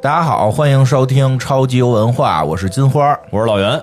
大家好，欢迎收听超级游文化，我是金花。我是老袁，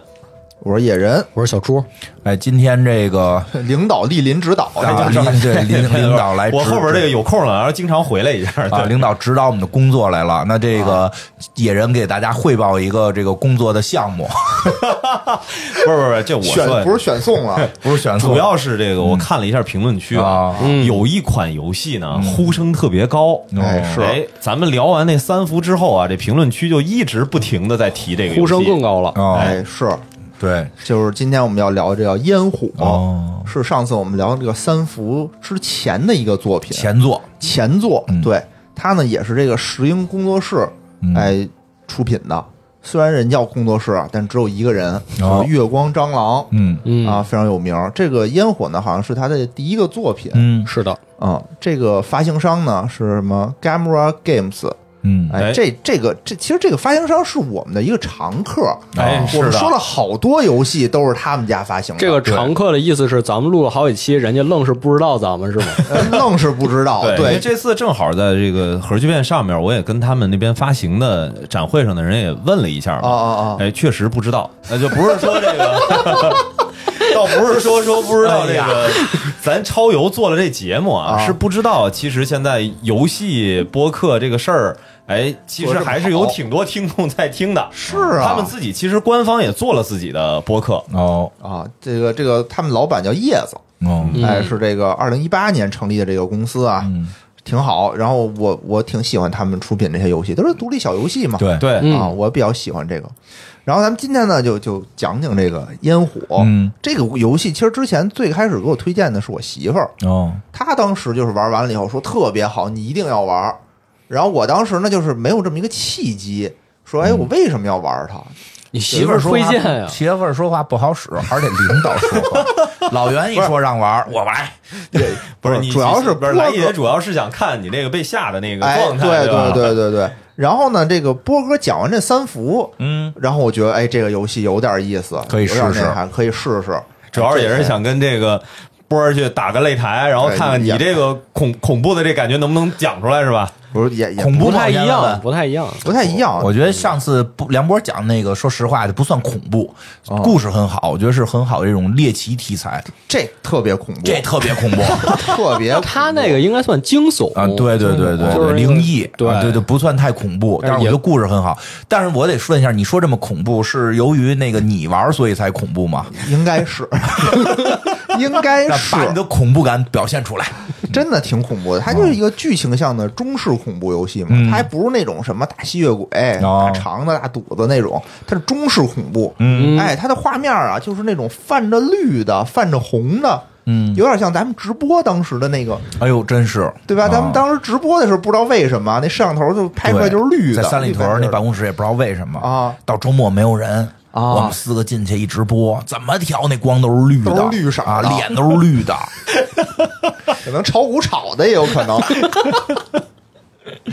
我是野人，我是小猪，哎，今天这个 领导莅临指导，啊，领 对 领领导来指，我后边这个有空了，然后经常回来一下。啊，对领导指导我们的工作来了。那这个野人给大家汇报一个这个工作的项目，不是不是不是，这我选说不是选送了，不是选错主要是这个，我看了一下评论区啊，有一款游戏呢呼声特别高，哎是哎，咱们聊完那三伏之后啊，这评论区就一直不停的在提这个游戏呼声更，高了。哦，哎是，对，就是今天我们要聊这叫烟火，哦是上次我们聊这个三伏之前的一个作品，前嗯作前作，对它呢也是这个石英工作室嗯哎出品的，虽然人叫工作室，啊，但只有一个人，哦就是月光蟑螂，嗯啊非常有名。这个烟火呢好像是他的第一个作品，嗯是的，嗯，这个发行商呢是什么 Gamera Games。嗯，哎哎，这这个这其实这个发行商是我们的一个常客，啊哎我是们的说了好多游戏都是他们家发行的，这个常客的意思是，咱们录了好几期，人家愣是不知道咱们是吗？呃愣是不知道，对，因为对，这次正好在这个核聚变上面，我也跟他们那边发行的展会上的人也问了一下嘛，啊啊啊哎，确实不知道，那就不是说这个， 倒不是说说不知道这个，咱超游做了这节目啊，哎啊是不知道，其实现在游戏播客这个事儿，哎，其实还是有挺多听众在听的，是啊，他们自己其实官方也做了自己的播客，哦啊，这个这个他们老板叫叶子，哦，嗯哎，是这个二零一八年成立的这个公司嗯啊，嗯挺好。然后我我挺喜欢他们出品这些游戏，都是独立小游戏嘛，对，对，啊，嗯我比较喜欢这个。然后咱们今天呢，就就讲讲这个烟火，嗯这个游戏其实之前最开始给我推荐的是我媳妇儿，哦他当时就是玩完了以后说特别好，你一定要玩儿。然后我当时呢，就是没有这么一个契机，说哎，我为什么要玩儿它？ 你媳妇儿推荐啊呀、 媳妇儿说话不好使，还是得领导说 话。老袁一说让玩儿，我玩儿。 对，哦不是你主要是不是波来哥也主要是想看你那个被吓的那个哎，状态，对吧对对对 对。然后呢，这个波哥讲完这三伏，嗯，然后我觉得哎，这个游戏有点意思，可以有点试试内涵，可以试试。主要也是想跟这个波儿去打个擂台，然后看看你这个恐恐怖的这感觉能不能讲出来，是吧？不是也也恐怖不太一不太一样，样不太一样。不太一样，我觉得上次不梁波讲那个，说实话就不算恐怖，故事很好，我觉得是很好的这种猎奇题材，这特别恐怖，这特别恐怖特 别恐怖他那个应该算惊悚啊！对对对对就对，是灵异，对啊对对，不算太恐怖，但但是我是也觉得故事很好。但是我得说一下，你说这么恐怖是由于那个你玩儿所以才恐怖吗？应该是， 应该那是把你的恐怖感表现出来。真的挺恐怖的，它就是一个剧情向的中式恐怖游戏嘛，它还不是那种什么大吸血鬼、嗯哦大肠子、大肚子那种，它是中式恐怖。嗯，哎，它的画面啊，就是那种泛着绿的、泛着红的，嗯，有点像咱们直播当时的那个，哎呦，真是对吧？啊咱们当时直播的时候，不知道为什么那摄像头就拍出来就是绿的，在三里屯儿那办公公室也不知道为什么啊，到周末没有人啊我们四个进去一直播，怎么调那光都是绿的，都是绿色的啊，脸都是绿的，可能炒股炒的也有可能。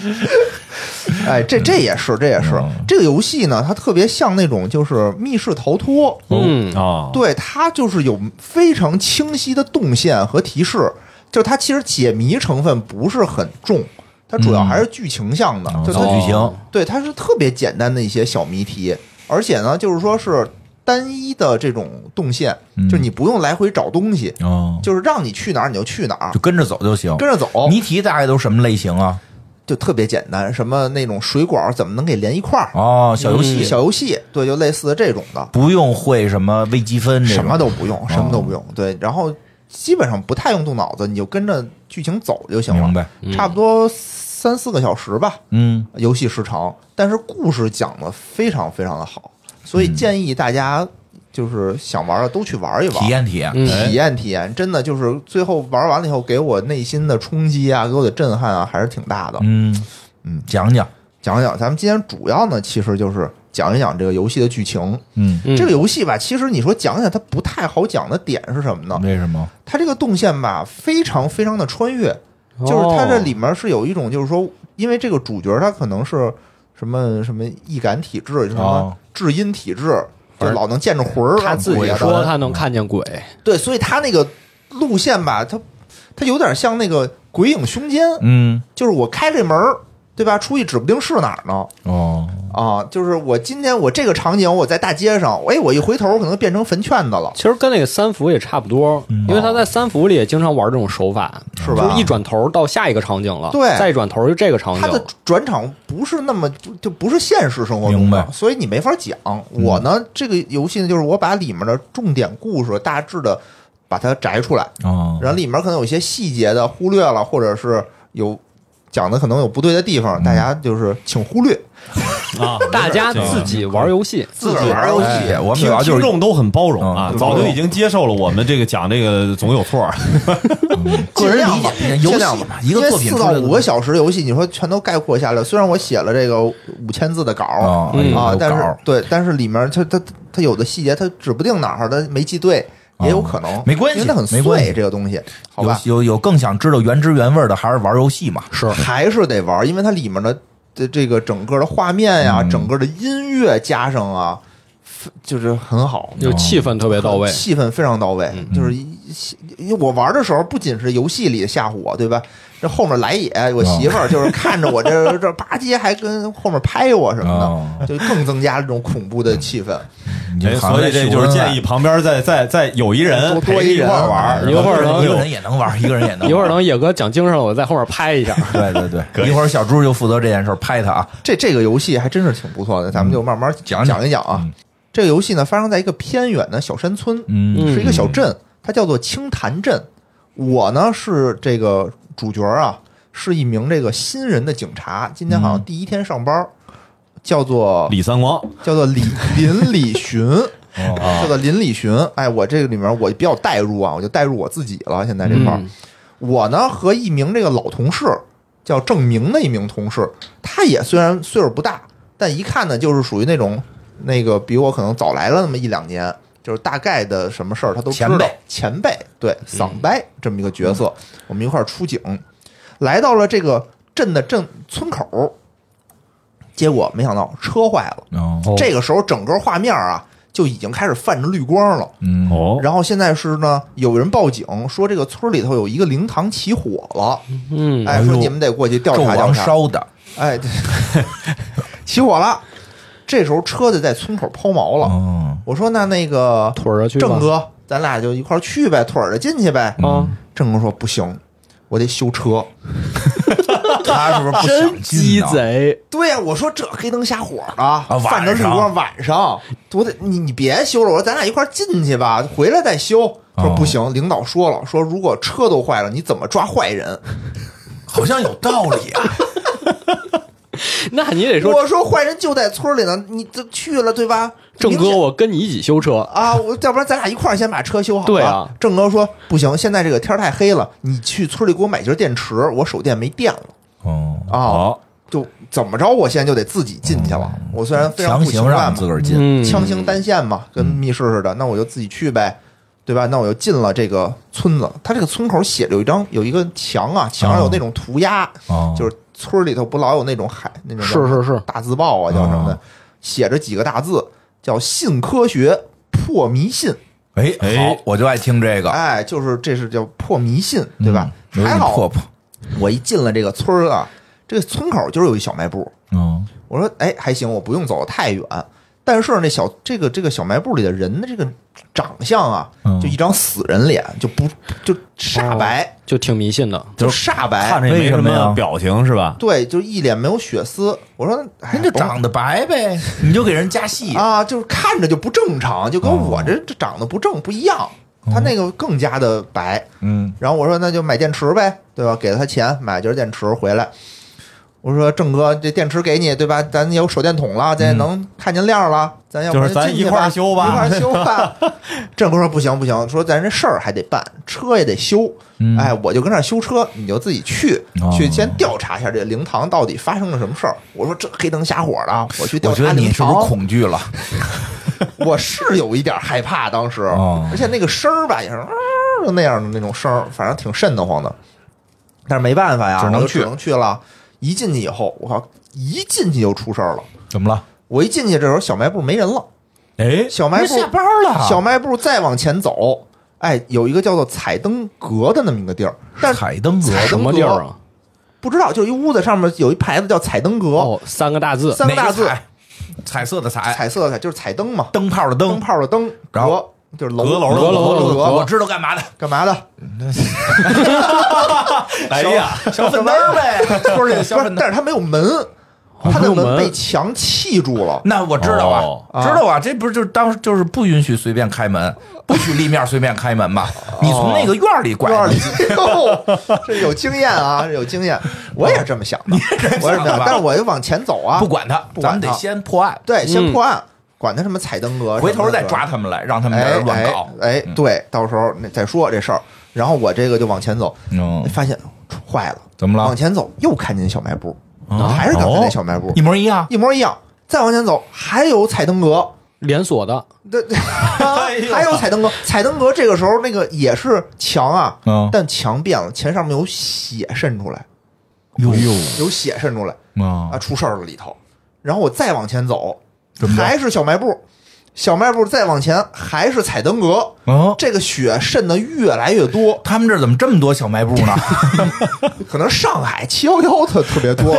哎，这这也是，这也是、嗯这个游戏呢，它特别像那种就是密室逃脱，嗯啊，对，它就是有非常清晰的动线和提示，就它其实解谜成分不是很重，它主要还是剧情向的，就嗯它、走剧情。对，它是特别简单的一些小谜题，而且呢，就是说是单一的这种动线，嗯就你不用来回找东西，哦，就是让你去哪儿你就去哪儿就，跟着走就行。跟着走，谜题大概都是什么类型啊？就特别简单，什么那种水管怎么能给连一块儿，哦，小游一戏，嗯小游戏，对，就类似的这种的。不用会什么微积分这种什么都不哦用，什么都不用。对，然后基本上不太用动脑子，你就跟着剧情走就行了。明白？嗯差不多三四个小时吧，嗯，游戏时长。但是故事讲的非常非常的好，嗯所以建议大家就是想玩的都去玩一玩，体验哎体验。嗯体验体验。真的就是最后玩完了以后，给我内心的冲击啊，给我的震撼啊，还是挺大的。嗯嗯，讲讲。讲讲，咱们今天主要呢，其实就是讲一讲这个游戏的剧情。嗯，嗯这个游戏吧，其实你说讲讲它不太好讲的点是什么呢？嗯为什么？它这个动线吧，非常非常的穿越，哦就是它这里面是有一种，就是说，因为这个主角他可能是什么什么易感体质，就是什哦么至阴体质，就反正老能见着魂儿，他自己让鬼说的他能看见鬼，对，所以他那个路线吧，他他有点像那个《鬼影凶间》，嗯，就是我开这门儿，对吧？出去指不定是哪儿呢。哦，啊，就是我今天我这个场景，我在大街上，哎，我一回头可能变成坟圈子了，其实跟那个三伏也差不多，因为他在三伏里也经常玩这种手法，是吧嗯就是一转头到下一个场景了，对再一转头就这个场它的景，转场不是那么就就不是现实生活中明的白，嗯所以你没法讲。我呢，这个游戏呢，就是我把里面的重点故事大致的把它摘出来，哦，然后里面可能有一些细节的忽略了，或者是有讲的可能有不对的地方，大嗯家就是请忽略， 啊，大家自己玩游戏，自个儿玩游戏哎。我们主听要就听是众都很包容啊，嗯早就已经接受了我们这个讲这个总有错儿，个人尽量理吧解，尽游量戏吧嘛，一个作品因为四到五个小时游戏，你说全都概括下来，虽然我写了这个五千字的稿儿啊嗯啊，但稿是儿对，但是里面它它它有的细节，它指不定哪儿它没记对，也有可能，啊没关系因为它很没关碎系这个东西，好有吧，有有更想知道原汁原味的，还是玩游戏嘛？嗯是还是哎得玩，因为它里面的这这个整个的画面呀，嗯整个的音乐加上啊，就是很好，就气氛特别到位，气氛非常到位。嗯就是一一我玩的时候，不仅是游戏里吓唬我，对吧？这后面来也，我啊媳妇儿就是看着我这这吧唧，还跟后面拍我什么啊的，就更增加这种恐怖的气嗯氛。 你哎就好像所以这就是在秀恩爱建议旁边再再再有一人多多陪着一一块儿人玩儿，嗯一一会儿能一个人也能玩，一个人也能玩一会儿等野哥讲精神了，我在后面拍一下。对对 对，一会儿小猪就负责这件事儿，拍他啊。这这个游戏还真是挺不错的，咱们就慢慢嗯讲讲讲一讲啊。嗯这个游戏呢，发生在一个偏远的小山村，嗯是一个小镇，它叫做青潭镇。我呢是这个主角啊，是一名这个新人的警察，今天好嗯像第一天上班儿，叫做李三光叫做李林李寻，啊哦叫做林李寻。哎，我这个里面我比较代入啊，我就代入我自己了。现在这块儿，嗯我呢和一名这个老同事叫郑明的一名同事，他也虽然岁数不大，但一看呢就是属于那种那个比我可能早来了那么一两年，就是大概的什么事儿他都知道前辈嗯前辈对嗓白这么一个角色，我们一块儿出警，来到了这个镇的镇村口，结果没想到车坏了。哦这个时候整个画面啊就已经开始泛着绿光了。嗯哦，然后现在是呢，有人报警说这个村里头有一个灵堂起火了，嗯，哎，呦说你们得过去调纣查调王查。烧的哎， 对起火了，这时候车就在村口抛锚了。哦我说那那个腿儿着去吧郑哥，咱俩就一块儿去呗，腿着进去呗。啊，郑哥说不行，我得修车。他是不是不想进呢？贼，对呀、我说这黑灯瞎火的，啊晚上泛着绿光，晚上，我得你你别修了，我说咱俩一块儿进去吧，回来再修。他说哦不行，领导说了，说如果车都坏了，你怎么抓坏人？ 好像有道理 啊。那你得说我说坏人就在村里呢，你这去了对吧？郑明哥，显我跟你一起修车，啊，我要不然咱俩一块儿先把车修好吧。对啊郑哥说不行，现在这个天儿太黑了，你去村里给我买节电池，我手电没电了哦，嗯啊。好，就怎么着，我现在就得自己进去了。我虽然非常强不情行愿让嘛，自个儿嗯进，枪星单线嘛，嗯跟密室似的，那我就自己去呗，对吧？那我就进了这个村子。它这个村口写着有一张有一个墙啊，墙上有那种涂鸦，哦嗯就是村里头不老有那种海那种叫是是是大字报啊，叫什么的，哦写着几个大字叫“信科学破迷信哎哎好，我就爱听这”，个，哎，就是这是叫破迷信，对吧？哦嗯有还点破好破，我一进了这个村儿啊，这个村口就是有一小卖部，嗯我说，哎，还行，我不用走太远。但是那小这个这个小卖部里的人的这个长相啊，嗯就一张死人脸，就不就煞白，就挺迷信的。就煞看白。着也没为什么呀么表情是吧？对，就一脸没有血丝。我说，哎人家甭长得白呗，你就给人加戏，啊，就是看着就不正常，就跟我这这长得不正不一样。他那个更加的白，嗯然后我说那就买电池呗，对吧？给了他钱，买了节电池回来。我说郑哥，这电池给你，对吧？咱有手电筒了，咱也嗯能看见亮了，咱要不就是咱进去一块儿修吧吧，一块儿修吧。 郑哥说不行不行，说咱这事儿还得办，车也得修。嗯哎，我就跟那儿修车，你就自己去、哦去先调查一下这灵堂到底发生了什么事儿。我说这黑灯瞎火的，啊我去调我查觉得灵你是不堂是恐惧了？我是有一点害怕，当时，哦而且那个声儿吧，也是啊就那样的那种声儿，反正挺瘆得慌的。但是没办法呀，只能我就去只能去了。一进去以后，我靠，一进去就出事儿了。怎么了？我一进去，这时候小卖部没人了，哎，小卖部人下班了小卖部再往前走，哎，有一个叫做彩灯阁的那么一个地儿，但是海登哥彩什么地儿啊？不知道，就是一屋子上面有一牌子叫彩灯阁，哦，三个大字，三个大字哪个彩彩色的彩，彩色的彩就是彩灯嘛，灯泡的灯泡的灯，然后阁就是楼阁楼阁楼楼阁我知道干嘛的，干嘛的？哎呀，小粉灯儿 呗，不是那个小不是粉，灯儿。但是它没有门，啊它那没有门门被墙砌住了。那我知道啊，哦知道啊，这不是就是当时就是不允许随便开门，不许立面随便开门嘛？你从那个院儿里拐哦院的儿里，哟， 这有经验啊，这有经验。我也是这么想的，我也是这么想的想吧，但是我就往前走啊，不管他，不咱管们得他先破案，对，先破案，管他什么彩灯阁，回头再抓他。他们来，让他们在这哎儿乱搞。嗯哎，哎对，到时候那再说这事儿。然后我这个就往前走，嗯，发现坏了，怎么了往前走又看见小卖部，啊还是刚才哦那小卖部，一模一样。一模一样。再往前走还有彩灯阁，连锁的，对，哎呦还有彩灯阁。彩灯阁这个时候那个也是墙啊，嗯但墙变了，墙上面有血渗出来，哟哟有血渗出来哎啊，啊，出事儿了里头。然后我再往前走怎么，着还是小卖部，小卖部再往前还是彩灯阁，嗯，这个血渗的越来越多，他们这儿怎么这么多小卖部呢？可能上海七幺幺特特别多，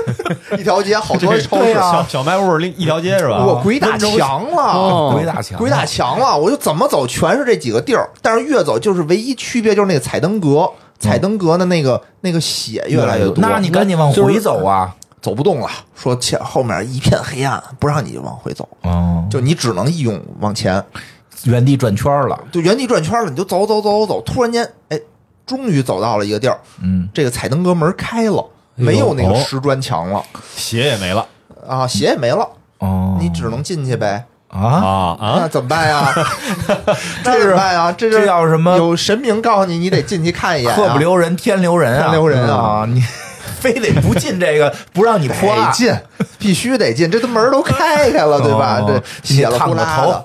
一条街好 多超市。小小卖部另一条街是吧？我鬼打墙了，哦鬼打墙，鬼打墙了，我就怎么走全是这几个地儿，但是越走就是唯一区别就是那个彩灯阁，彩灯阁的那个那个血越来越多，嗯那你赶紧往回走啊！走不动了。说前后面一片黑暗，不让你往回走，哦，就你只能义勇往前，原地转圈儿了。就原地转圈了，你就走走走走走，突然间，哎，终于走到了一个地儿，嗯，这个彩灯阁门开了，哎呦没有那个哦石砖墙了。鞋也没了啊，鞋也没了，哦，你只能进去呗。啊，啊那啊！怎么 办呀？这那怎是么办呀？这这是叫什么有神明告诉你，你得进去看一眼、啊。客不留人，天留人啊，天留人啊啊！你 非得不进这个，不让你破得案，哎进，必须得进，这都门都开开了，对吧？哦这血了呼啦你的烫，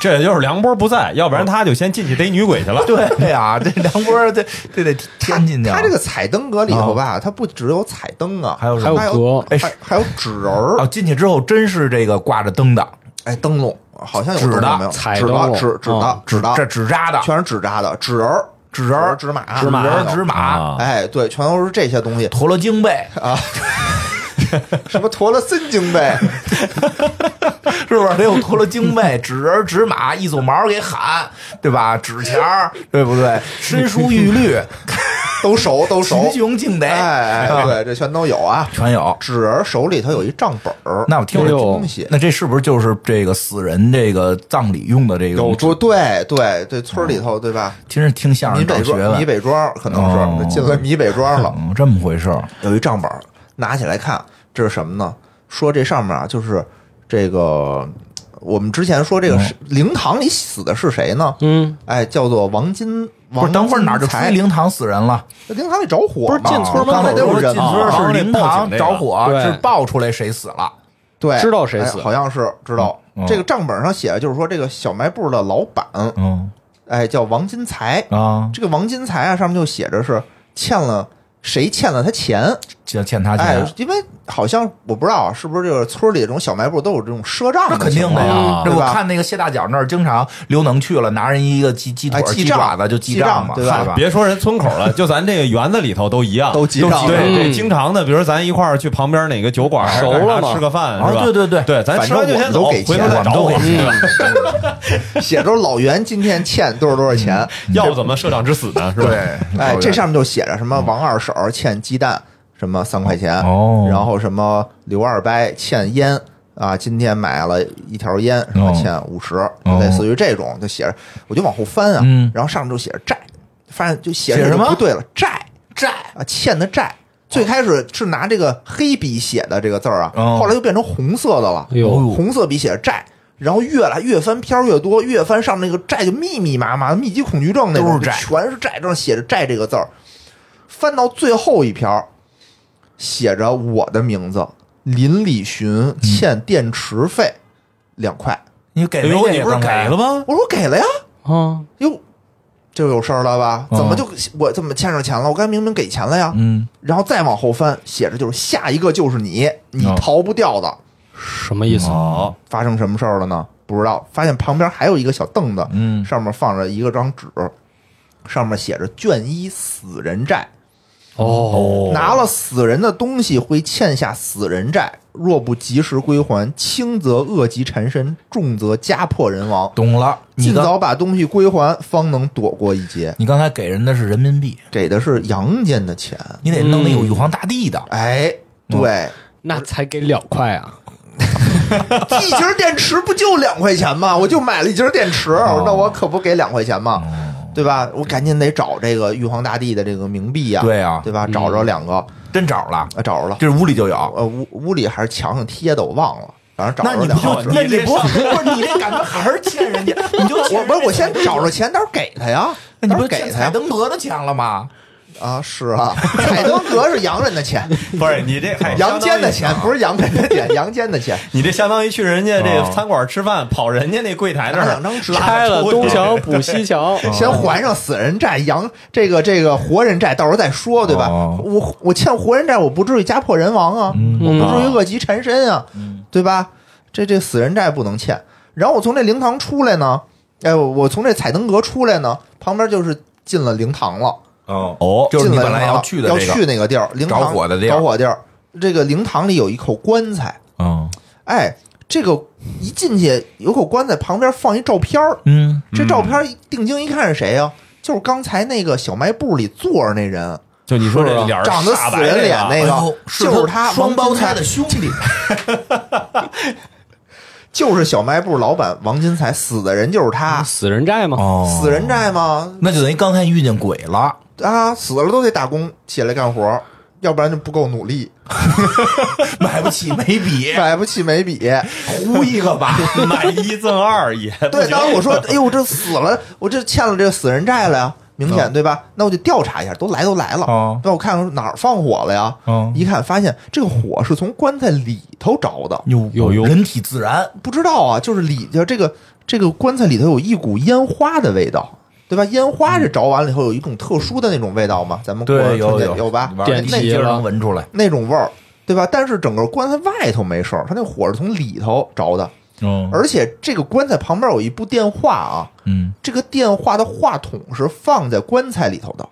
这也就是梁波不在，要不然他就先进去逮女鬼去了。对呀，这梁波儿这这得添进去啊。它这个彩灯阁里头吧，它不只有彩灯啊，哦还有什还有么？哎阁还还还有纸人儿哦，，进去之后真是这个挂着灯的，哎，灯笼好像有纸的灯笼没有？彩纸灯的，笼纸纸的嗯，纸这的，哦纸扎的，全是纸扎的，纸人儿，纸人儿纸马，纸人人儿纸马、啊，哎，对，全都是这些东西。陀螺经被，啊什么陀螺森经呗， 是不是得有陀螺经被？纸人纸马，一撮毛给喊，对吧？纸钱儿，对不 对？身书玉律，都熟都熟群。雄竞得，哎，哎对，这全都有啊。全有。纸人手里头有一账本儿，那我听着有哎呦东西。那这是不是就是这个死人这个葬礼用的这个？有桌，对对对，村里头对吧？听着听相米声找北学庄，米问，北庄可能哦是进了米北庄了，嗯，这么回事儿。有一账本儿，拿起来看，这是什么呢？说这上面啊，就是这个我们之前说嗯这个是灵堂里死的是谁呢？嗯，哎，叫做王金不王是，等会儿哪儿就金财吹灵堂死人了？灵堂里着火不是嘛进村儿吗刚才那得有进人村嘛儿啊是灵堂那报警那个着火，对是爆出来谁死了？对，知道谁哎死好像是知道。嗯嗯这个账本上写的就是说，这个小卖部的老板，嗯哎，叫王金财。啊，这个王金财啊，上面就写着是欠了谁欠了他钱，欠欠他哎钱，，啊因为好像我不知道啊是不是这个村里这种小卖部都有这种赊账那的肯情定的况，呀啊。这对我吧看那个谢大脚那儿，经常刘能去了，拿人一个鸡鸡腿哎儿、记鸡账爪子就记账账嘛，对是吧吧？别说人村口了，就咱这个园子里头都一样，都记账对嗯对，经常的，比如咱一块儿去旁边哪个酒馆熟了还是干啥嘛吃个饭啊是吧？对对对对，咱反吃正完就先走，我回们都头给钱我再找嗯我们都给。 写着老袁今天欠多少多少钱， 要不怎么社长之死呢？是吧？哎，这上面就写着什么王二婶儿欠鸡蛋什么三块钱，嗯哦然后什么刘二伯欠烟啊，今天买了一条烟，什么哦欠五十、类似于这种就写着，我就往后翻啊，嗯然后上面就写着债，发现就写写着什么不对了，债债啊，欠的债。最开始是拿这个黑笔写的这个字儿啊，哦后来又变成红色的了。哎呦红色笔写着债，然后越来越翻篇儿越多，越翻上面那个债就密密麻麻，密集恐惧症那种，都是债全是债，这样写着债这个字儿。翻到最后一篇儿，写着我的名字林礼寻欠电池费两块，你给哎没呦，给你不是刚给才了？ 吗？我说我给了呀，啊，哟，这有事儿了吧？嗯怎么就、我怎么欠上钱了？我刚才明明给钱了呀。嗯，然后再往后翻，写着就是下一个就是你，你哦逃不掉的。什么意思？哦，发生什么事儿了呢？不知道。发现旁边还有一个小凳子，嗯上面放着一个张纸，上面写着“卷一死人债”。哦，拿了死人的东西会欠下死人债，若不及时归还，轻则恶疾缠身，重则家破人亡。懂了，你尽刚早把东西归还，方能躲过一劫。你刚才给人的是人民币，给的是阳间的钱，你得弄那有玉皇大帝的，哎，对，那才给两块啊！一节电池不就两块钱 嗯吗？我就买了一节电池，哦我说那我可不给两块钱吗？对吧？我赶紧得找这个玉皇大帝的这个冥币呀、对啊对吧？找着两个，真找了，啊，找着了，这屋里就有。呃，屋屋里还是墙上贴的，我忘了，反正找那着你两不个就纸。那你不不是你这感觉还是欠人家？你就我不是我先找着钱，到时候给他呀，那你到不时候是给欠他彩呀灯格的钱了吗？啊？是啊， 海登格是洋人 的钱，不是你这还阳间的相钱当于不是洋人的钱，阳间的钱。你这相当于去人家这哦餐馆吃饭，跑人家那柜台那拿儿两张纸拉拆了抽屉东墙补西墙，嗯哦先还上死人债，阳这个这个活人债，到时候再说，对吧？哦嗯我我欠活人债，我不至于家破人亡啊，我不至于恶疾缠身啊，对吧？这这死人债不能欠。然后我从这灵堂出来呢，哎，我我从这彩灯阁出来呢，旁边就是进了灵堂了，哦，哦就是你进了本来灵堂了要去的要这个去那个地儿，灵堂着火的地儿着火地儿。这个灵堂里有一口棺材，嗯哎，这个一进去有口棺材，旁边放一照片儿，嗯，这照片一定睛一看是谁呀、就是刚才那个小卖部里坐着那人，就你说这脸儿长得煞死白这人个脸那哎个呦，就是他双胞胎王的金兄弟，才就是小卖部老板王金才，死的人就是他，死人债 吗？哦死人债吗？那就等于刚才遇见鬼了。啊，死了都得打工起来干活，要不然就不够努力，买不起眉 笔，买不起眉笔。糊一个 吧。买一赠二也不对，行当时我说，哎呦，这死了，我这欠了这个死人债了呀，明显对吧？那我就调查一下，都来都来了，嗯哦对吧？我看看哪儿放火了呀？嗯一看发现这个火是从棺材里头着的，有有有人体自燃，不知道啊，就是里就这个这个棺材里头有一股烟花的味道，对吧？烟花是着完了以后有一种特殊的那种味道嘛，咱们过春有节有吧？玩点那齐劲儿了能闻出来。那种味儿，对吧？但是整个棺材外头没事儿，它那火是从里头着的，嗯而且这个棺材旁边有一部电话啊，嗯，这个电话的话筒是放在棺材里头的。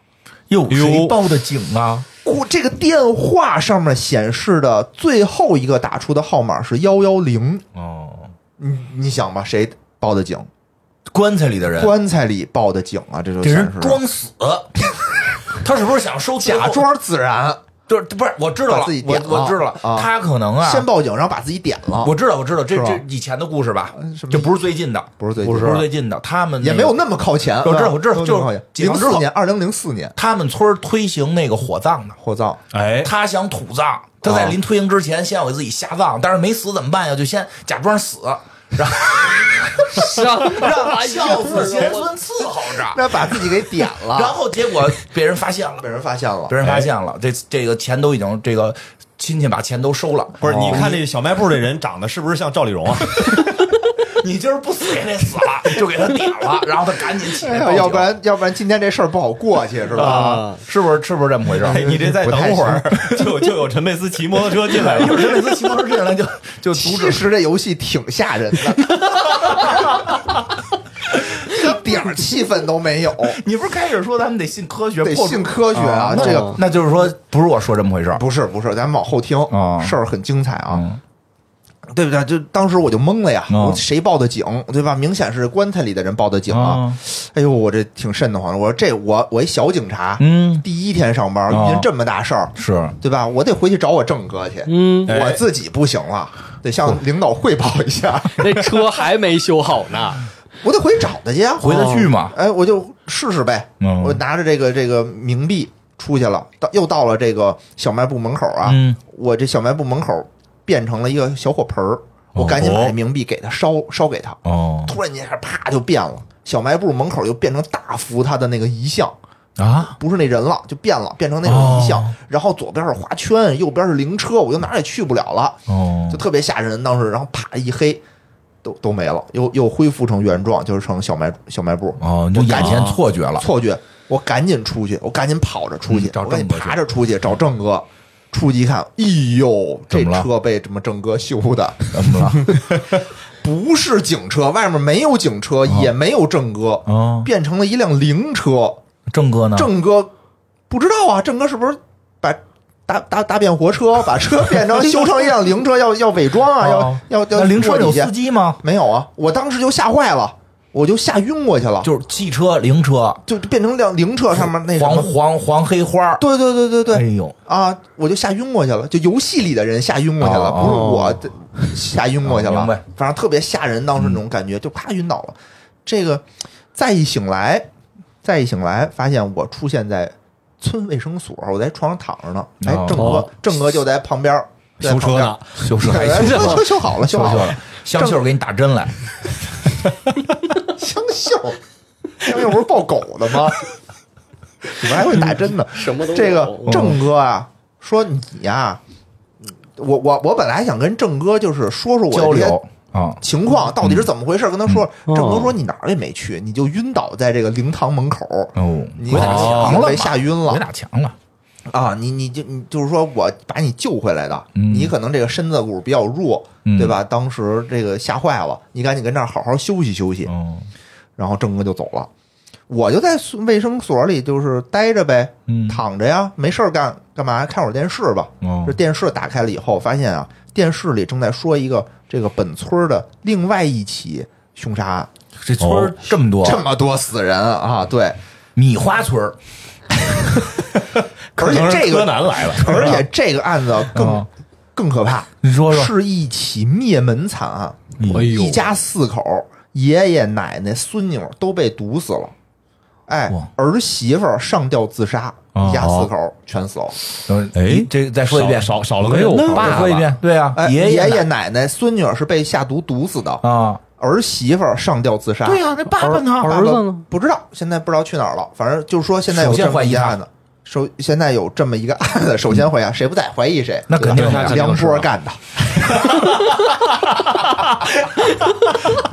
哟，呦谁报的警啊？故这个电话上面显示的最后一个打出的号码是幺幺零，哦，你你想吧，谁报的警？棺材里的人，棺材里报的警啊，这就这显示人装死， 他是不是想收最后假？装自燃，对，不是，我知道把了自己，我点了我知道了，啊他可能啊，先报警，然后把自己点了。我知道，我知道，这是吧呃这以前的故事吧什，么这不是最近的，不是最近不是最近的，他们那也个没有那么靠前。嗯我知道我知道没就有是那么靠前解放零之后四年，二零零四年他们村儿推行那个火葬的，火葬，哎，他想土葬，他啊在临推行之前先要给自己下葬，但是没死怎么办呀？就先假装死，然后让孝子贤孙伺候着，那把自己给点了， 然后结果被人发现了被，人发现哎了被。人发现了，这这个钱都已经这个亲戚把钱都收了，不是，你看这小卖部这人长得是不是像赵丽蓉啊？你今儿不死也得死了，就给他点了，然后他赶紧起哎来报呀，警，要不然要不然今天这事儿不好过 去是吧？啊，是不是是不是这么回事儿？哎你这再等会儿， 就就有陈佩斯骑摩 托车进来有了。人类似骑摩托车进来就就阻其止。实这游戏挺吓人 的，一点儿气氛都没 有，你不是开始说咱们得信科学，得破除信科学啊！那这个那就是说不是我说这么回事儿，不是不是，咱们往后听啊，事儿很精彩啊。嗯对不对？就当时我就懵了呀，嗯我谁报的警，对吧？明显是棺材里的人报的警啊！哦哎呦，我这挺瘆得慌的。我说这我我一小警察，嗯第一天上班哦遇见这么大事儿，是对吧？我得回去找我正哥去，嗯，哎我自己不行了，得向领导汇报一下，那车还没修好呢，我得回去找他去啊！哦回得去吗？哎，我就试试呗。嗯我拿着这个这个冥币出去了，到又到了这个小卖部门口啊，嗯我这小卖部门口变成了一个小火盆儿，我赶紧把这冥币给他烧烧给他，哦突然间一下啪就变了，小卖部门口又变成大福他的那个遗像，啊，不是那人了，就变了，变成那种遗像。哦然后左边是花圈，右边是灵车，我就哪儿也去不了了，哦就特别吓人。当时，然后啪一黑，都都没了，又又恢复成原状，就是成小卖小卖部。哦，你我就赶眼紧前错觉了，错觉，我赶紧出去，我赶紧跑着出去，嗯找我赶紧郑哥去爬着出去找郑哥。出去一看，哎呦，这怎么了车被什么郑哥修的？怎么了？不是警车，外面没有警车，也没有郑哥，哦变成了一辆灵车。郑哥呢？郑哥不知道啊，郑哥是不是搭搭搭变活车，把车变成修成一辆灵车，要要伪装啊，哦要要要那灵车过有底下司机吗？没有啊？我当时就吓坏了，我就吓晕过去了，就是汽车灵车，就就变成辆灵车上面那哎什黄么，黄黄黑花儿，对对对对对，哎呦，啊，我就吓晕过去了，就游戏里的人吓晕过去了，哦不是我的吓晕过去哦了，明白嗯反正特别吓人，当时那种感觉、就啪晕倒了。这个再一醒来，再一醒来，发现我出现在村卫生所，我在床上躺着呢，哎，哦郑哥，郑哥就在旁边儿在修车旁边呢儿，修车还对啊修修车，修修好了，修好了，香秀给你打针来，香秀，香秀不哎是抱狗的 吗？怎么还会打针呢？什么都有嗯这个郑哥啊，说你呀、我我我本来还想跟郑哥就是说说我交的这些流嗯啊，情况到底是怎么回事，跟他说。郑哥说你哪儿也没去，你就晕倒在这个灵堂门口，哦，你鬼打墙了嘛，被吓晕鬼了哦打墙了，啊！你你就你就是说我把你救回来的，嗯你可能这个身子骨比较弱，嗯对吧？当时这个吓坏了，你赶紧跟这儿好好休息休息。嗯然后郑哥就走了。我就在宿卫生所里就是待着呗，嗯躺着呀，没事儿干，干嘛？看会儿电视吧。哦这电视打开了以后，发现啊，电视里正在说一个这个本村儿的另外一起凶杀案，这村儿哦这么多，这么多死人啊！对，米花村儿，而且这柯个，南来了，而且这个案子更哦更可怕，你说说是一起灭门惨案，哎呦一家四口，爷爷奶奶、孙女都被毒死了。哎哇，儿媳妇儿上吊自杀，哦一家四口全死了。等会儿哎你这再说一遍，少少少了个没有右爸口爸，说一遍，对啊哎，，爷爷爷奶奶、孙女是被下毒毒死的，啊，儿媳妇儿上吊自杀。对呀，那爸爸呢？儿爸子爸呢不知道，现在不知道去哪儿了。反正就是说，现在有首先这么怀疑一个他案子，首现在有这么一个案子，首先怀疑谁不在怀疑谁，那肯定对吧是肯定梁是波干的。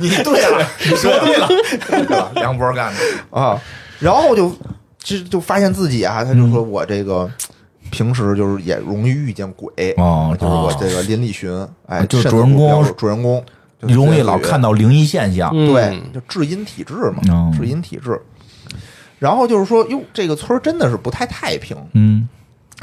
你对 了，你说对了，梁博干的，啊，然后就就就发现自己啊，他就嗯说我这个平时就是也容易遇见鬼，哦啊就是我这个林立群，哎，就是甚主至人公不标主人公就是容自易言老自语看到灵异现象，嗯对，就至阴体质嘛，嗯至阴体质。然后就是说，哟，这个村儿真的是不太太平。嗯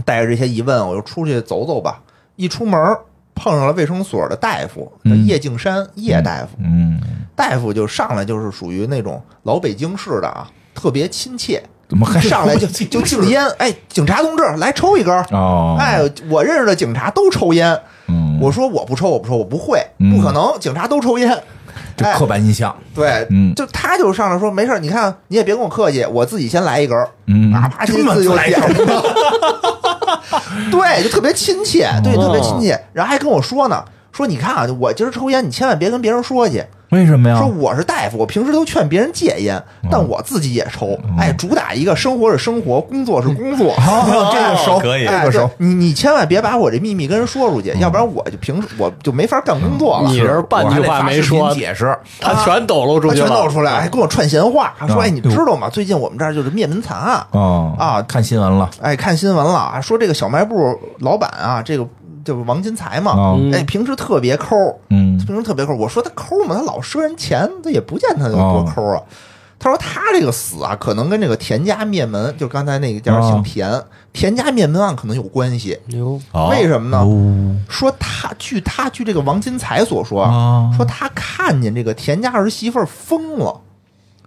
带着这些疑问，我就出去走走吧。一出门儿碰上了卫生所的大夫，叫嗯叶敬山，叶大夫。嗯，大夫就上来就是属于那种老北京式的啊，特别亲 切，怎么还上来就进就敬烟，哎，警察同志来抽一根儿，哦，哎，我认识的警察都抽烟，嗯，我说我不抽，我不抽，我不会，嗯不可能，警察都抽烟，这哎刻板印象，对，嗯就他就上来说没事儿，你看你也别跟我客气，我自己先来一根儿，嗯啊，啪，这亲么自就来一点根了，对，就特别亲切，哦对，特别亲切，然后还跟我说呢，说你看啊，我今儿抽烟，你千万别跟别人说去，为什么呀说？我是大夫，我平时都劝别人戒烟，哦但我自己也抽。哎，主打一个生活是生活，工作是工作。 哦这个熟可以哎这个熟哦对你你千万别把我这秘密跟人说出去，要不然我就平时我就没法干工作了。你这半我还句得话发没视频说，解释，他全抖露出他去全了，啊露出来，还跟我串闲话，说：“嗯哎，你知道吗？最近我们这儿就是灭门惨案。哦啊看新闻了，哎，看新闻了，说这个小卖部老板啊，这个就是王金财啊嘛哦，哎，平时特别抠，嗯平时特别抠。我说他抠嘛，他老赊人钱，他也不见他有多抠啊。他说他这个死啊，可能跟这个田家灭门，就刚才那个啊叫哦姓田，田家灭门案可能有关系。哟，哦为什么呢？哦说他据他据这个王金财所说，啊哦说他看见这个田家儿媳妇儿疯了，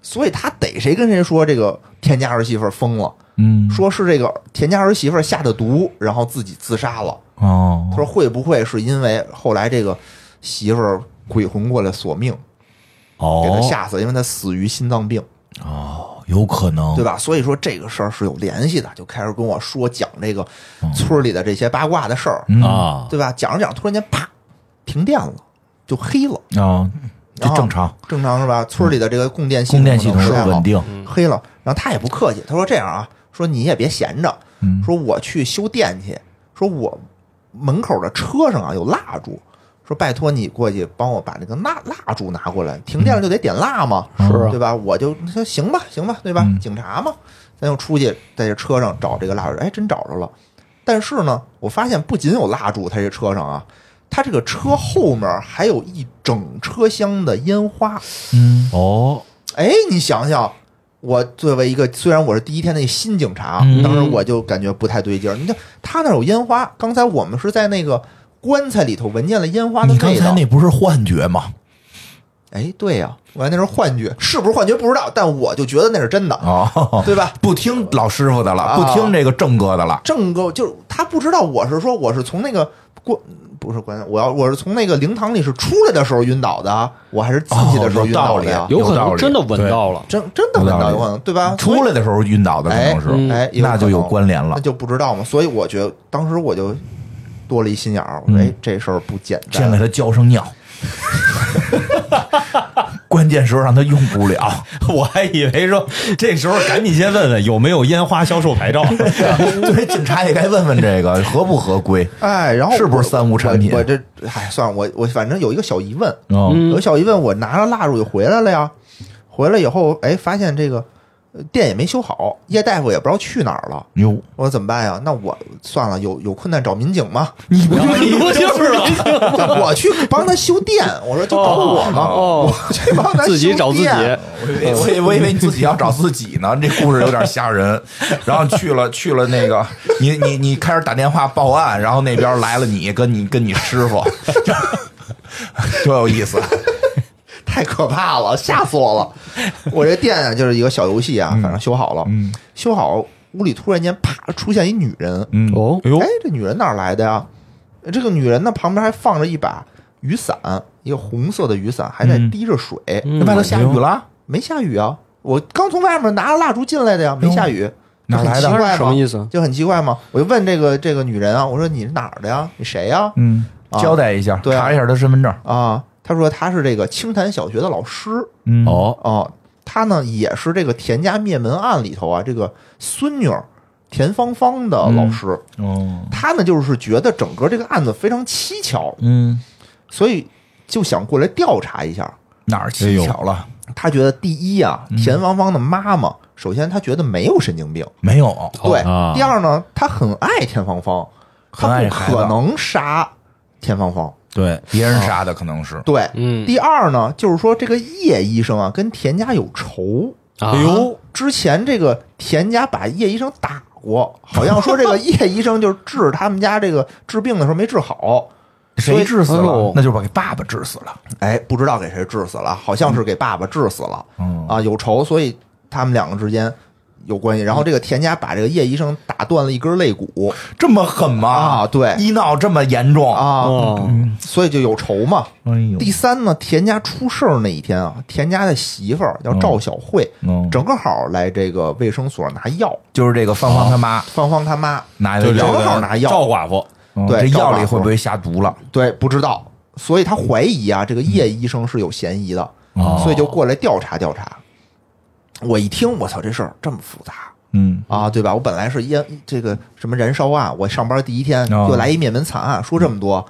所以他逮谁跟谁说这个田家儿媳妇儿疯了，嗯说是这个田家儿媳妇儿下的毒，然后自己自杀了。哦他说会不会是因为后来这个媳妇儿鬼魂过来索命，给他哦，吓死，因为他死于心脏病，哦，有可能对吧？所以说这个事儿是有联系的，就开始跟我说讲这个村儿里的这些八卦的事儿，哦嗯啊，对吧？讲着讲着，突然间啪，停电了，就黑了，啊，这正常，正常是吧？村儿里的这个供电系供统电系统可能是不太好稳，定，嗯黑了。然后他也不客气，他说这样啊，说你也别闲着，嗯说我去修电去，说我门口的车上啊有蜡烛。说拜托你过去帮我把那个蜡蜡烛拿过来，停嗯电了就得点蜡嘛，是啊对吧？我就说行吧，行吧，对吧？嗯警察嘛，咱就出去在这车上找这个蜡烛，哎，真找着了。但是呢，我发现不仅有蜡烛，他这车上啊，他这个车后面还有一整车厢的烟花。嗯哦，哎，你想想，我作为一个虽然我是第一天那新警察，嗯当时我就感觉不太对劲儿。你看他那儿有烟花，刚才我们是在那个棺材里头闻见了烟花的你刚味才道那。不是幻觉吗？哎，对呀、我还那时候幻觉，是不是幻觉不知道，但我就觉得那是真的，哦，对吧？不听老师傅的了，啊不听这个正哥的了。正够就是他不知道我是说我是从那个棺不是棺，我要我是从那个灵堂里是出来的时候晕倒的啊，我还是进去的时候晕倒的呀哦有道理有可有道能理真的闻到了。真真的闻有道到理啊有可能对吧？出来的时候晕倒的可能嗯是，哎，有那就有可能关联了那。就不知道嘛。所以我觉得当时我就多了一心眼儿，我说嗯哎，这事儿不简先给单。他浇上 尿，关键时候让他用不了。 我还以为说这时候赶紧先问问有没有烟花销售牌 照，所以警察也该问问这个合不合规。哎，然后是不是我三无产品我我这哎，算了，我我反正有一个小疑问，哦嗯有小疑问，我拿了蜡烛就回来了呀。回来以后，哎，发现这个呃店也没修好，叶大夫也不知道去哪儿了。哟，我说怎么办呀？那我算了，有有困难找民警嘛，你不 不就是吗？就我去帮他修电。我说就找我嘛，哦，我去帮 他 自己修找自己，电嗯我以为 我以为你自己要找自己呢，这故事有点吓人。 然后去了去了那个，你你你开始打电话报案，然后那边来了你跟你跟你师傅， 多有意思。太可怕了，吓死我了！ 我这店啊，就是一个小游戏啊，嗯反正修好了，修好屋里突然间啪出现一女人，嗯哦哎呦哎，这女人哪儿来的呀？这个女人呢，旁边还放着一把雨伞，一个红色的雨伞，还在嗯滴着水。嗯外头下雨了，没下雨啊，我刚从外面拿着蜡烛进来的呀，没下雨，哪就很来的奇怪吗什么意思？就很奇怪吗？我就问这个这个女人啊，我说你是哪儿的呀？你谁呀？嗯，啊交代一下，对啊查一下他身份证。啊，她说她是这个清潭小学的老师。嗯哦，哦，她呢也是这个田家灭门案里头啊，这个孙女儿田芳芳的老师，哦，她呢就是觉得整个这个案子非常蹊跷，嗯，所以就想过来调查一下。哪儿蹊跷了？她觉得第一啊，嗯田芳芳的妈妈，首先她觉得没有神经病，没有，哦对；啊第二呢，她很爱田芳芳，很爱这她不孩子可能杀田芳芳。对，别人杀的可能是。对，嗯第二呢，就是说这个叶医生啊，跟田家有仇。啊哎呦，之前这个田家把叶医生打过，好像说这个叶医生就是治他们家这个治病的时候没治好，谁致死所以哎了呦？那就是把给爸爸致死了。哎，不知道给谁治死了，好像是给爸爸治死了，嗯啊，有仇，所以他们两个之间有关系。然后这个田家把这个叶医生打断了一根肋骨这么狠吗？啊，对医闹这么严重？啊，哦，所以就有仇嘛。哎呦第三呢，田家出事儿那一天啊，田家的媳妇儿叫赵小慧，嗯正好来这个卫生所拿药，就是这个芳芳他妈芳芳他妈拿就的这药正，好个拿药赵寡妇，嗯对这赵药寡里妇会不会下毒了？对，不知道，所以他怀疑啊，这个叶医生是有嫌疑的，哦所以就过来调查调查。我一听，我操，这事儿这么复杂嗯，啊，对吧？我本来是烟这个什么燃烧案，我上班第一天哦就来一灭门惨案，说这么多，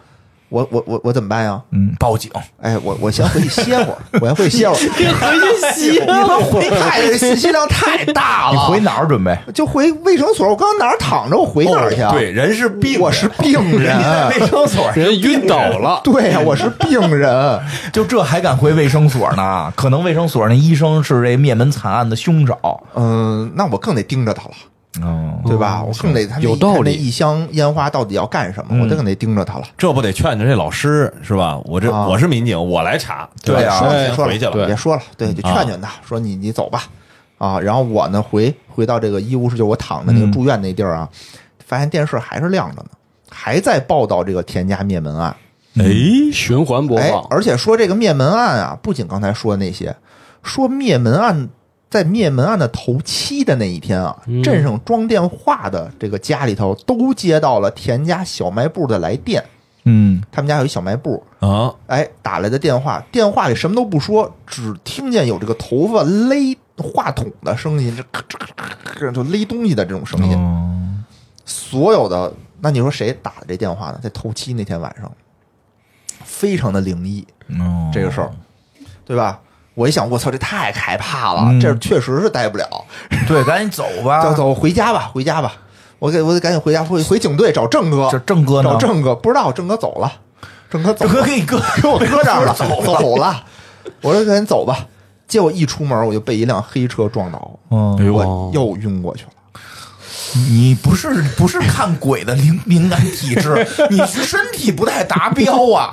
我我我我怎么办呀？嗯，报警，哎，我我先回去歇会儿，我先回去歇会儿。别 回去洗你们回太这信息量太大你了，回哪儿准 备？就回卫生所，我刚哪儿躺着，我回哪儿去啊？哦对，，人是病人，我是病人， 卫生所人晕倒了， 对呀、我是病人。就这还敢回卫生所呢？ 可能卫生所那医生是这灭门惨案的凶手。嗯，那我更得盯着他了，哦，对吧？我更得他那有道理他那一箱烟花到底要干什么，我更得盯着他了。这不得劝着这老师是吧？我这、啊我是民警，我来查，对吧啊说了先别说回去了，了，别说了，对，就劝劝他，说你你走吧，啊。然后我呢回回到这个医务室，就我躺的那个住院那地儿啊，发现电视还是亮着呢，还在报道这个田家灭门案。哎，循环播哎放，。而且说这个灭门案啊，不仅刚才说的那些，说灭门案在灭门案的头七的那一天啊，镇上装电话的这个家里头都接到了田家小卖部的来电，嗯，他们家有一小卖部，啊，哎，打来的电话，电话里什么都不说，只听见有这个头发勒话筒的声音，这咔嚓咔嚓咔嚓就勒东西的这种声音，哦，所有的，那你说谁打的这电话呢？在头七那天晚上，非常的灵异。哦这个事儿，对吧？我一想，我操，这太害怕了，嗯啊这确实是待不了。 对，赶紧走吧。 走走，回家吧，回家吧。我给我得赶紧回家，回回警队找郑哥这，郑哥呢找？郑哥，不知道郑哥走了，郑哥走郑了， 哥给你哥， 给我搁这儿了，走了。我说赶紧走吧。结果一出门我就被一辆黑车撞倒，哎嗯，我哦又 晕过去了。你不是不是看鬼的灵 敏感体质，你身体不太达标啊！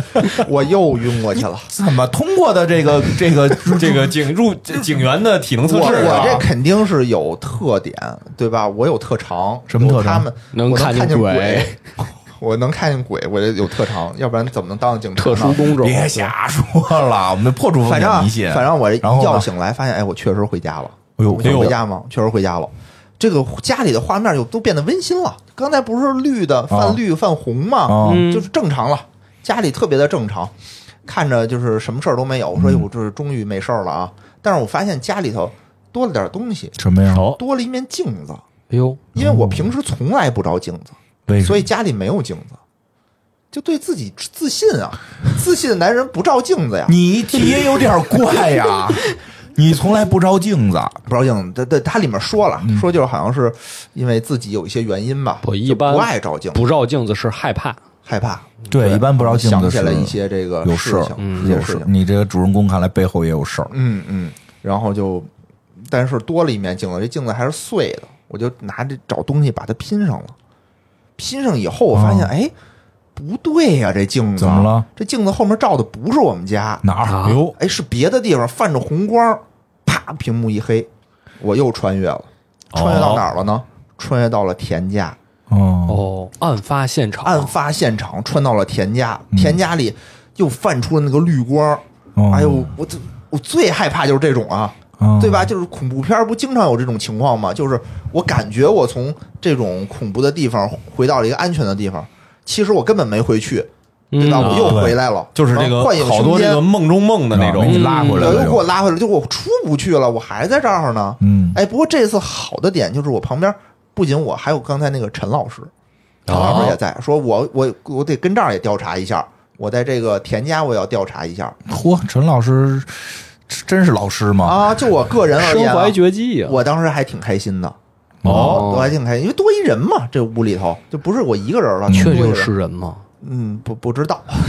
我又晕过去 了。怎么通过的这个这 个这个警入警员的体能测我试啊，我这肯定是有特点，对吧？我有特长，什么特长有他们能我能看见见鬼鬼， 我能看见鬼，我就有特长，要不然怎么能当警察特呢？殊工种，别瞎说了，我们破除封反正啊建迷信。反正我然后呢要醒来发现，哎，我确实回家了。哎呦我想回家吗？确实回家了。这个家里的画面就都变得温馨了。刚才不是绿啊的泛绿泛红吗哦？嗯就是正常了，家里特别的正常，看着就是什么事儿都没有。我嗯说，哎我这是终于没事儿了啊！但是我发现家里头多了点东西，什么呀？多了一面镜子，哎呦，因为我平时从来不照镜子，哦为什么所以家里没有镜子，就对自己自信啊！自信的男人不照镜子呀。你也有点怪 呀？你从来不照镜子，不照镜子，它它它里面说了，嗯说就是好像是因为自己有一些原因吧，我一就般不爱照镜子，不照镜子是害怕，害怕，对，一般不照镜想子起是来一些这个有事事儿情，，嗯一些有事事儿。情，你这个主人公看来背后也有事儿，嗯嗯，然后就，但是多了一面镜子，这镜子还是碎的，我就拿着找东西把它拼上了，拼上以后我发现，哦哎，不对呀、这镜子怎么了？这镜子后面照的不是我们家，哪儿？啊哎呦，哎，是别的地方泛着红光，啪，屏幕一黑，我又穿越了，穿越到哪儿了呢？哦穿越到了田家，哦，哦，案发现场，案发现场穿到了田家，嗯田家里又泛出了那个绿光，哦哎呦，我这我最害怕就是这种啊。哦对吧？就是恐怖片儿不经常有这种情况吗？就是我感觉我从这种恐怖的地方回到了一个安全的地方，其实我根本没回去，对吧？嗯我又回来了，啊就是这个幻影好多空这间个梦中梦的那啊种给你拉回来对，了又给又我，拉回来，就我出不去了，我还在这儿呢。嗯哎，不过这次好的点就是我旁边不仅我，还有刚才那个陈老师，陈老师也在，说我我我得跟这儿也调查一下，我在这个田家我也要调查一下嚯，陈老师真是老师吗？啊。就我个人而身言啊、怀绝技啊，我当时还挺开心的。哦，我还挺开心，因为多一人嘛，这屋里头就不是我一个人了，确多一定人是人吗？嗯，不不知道，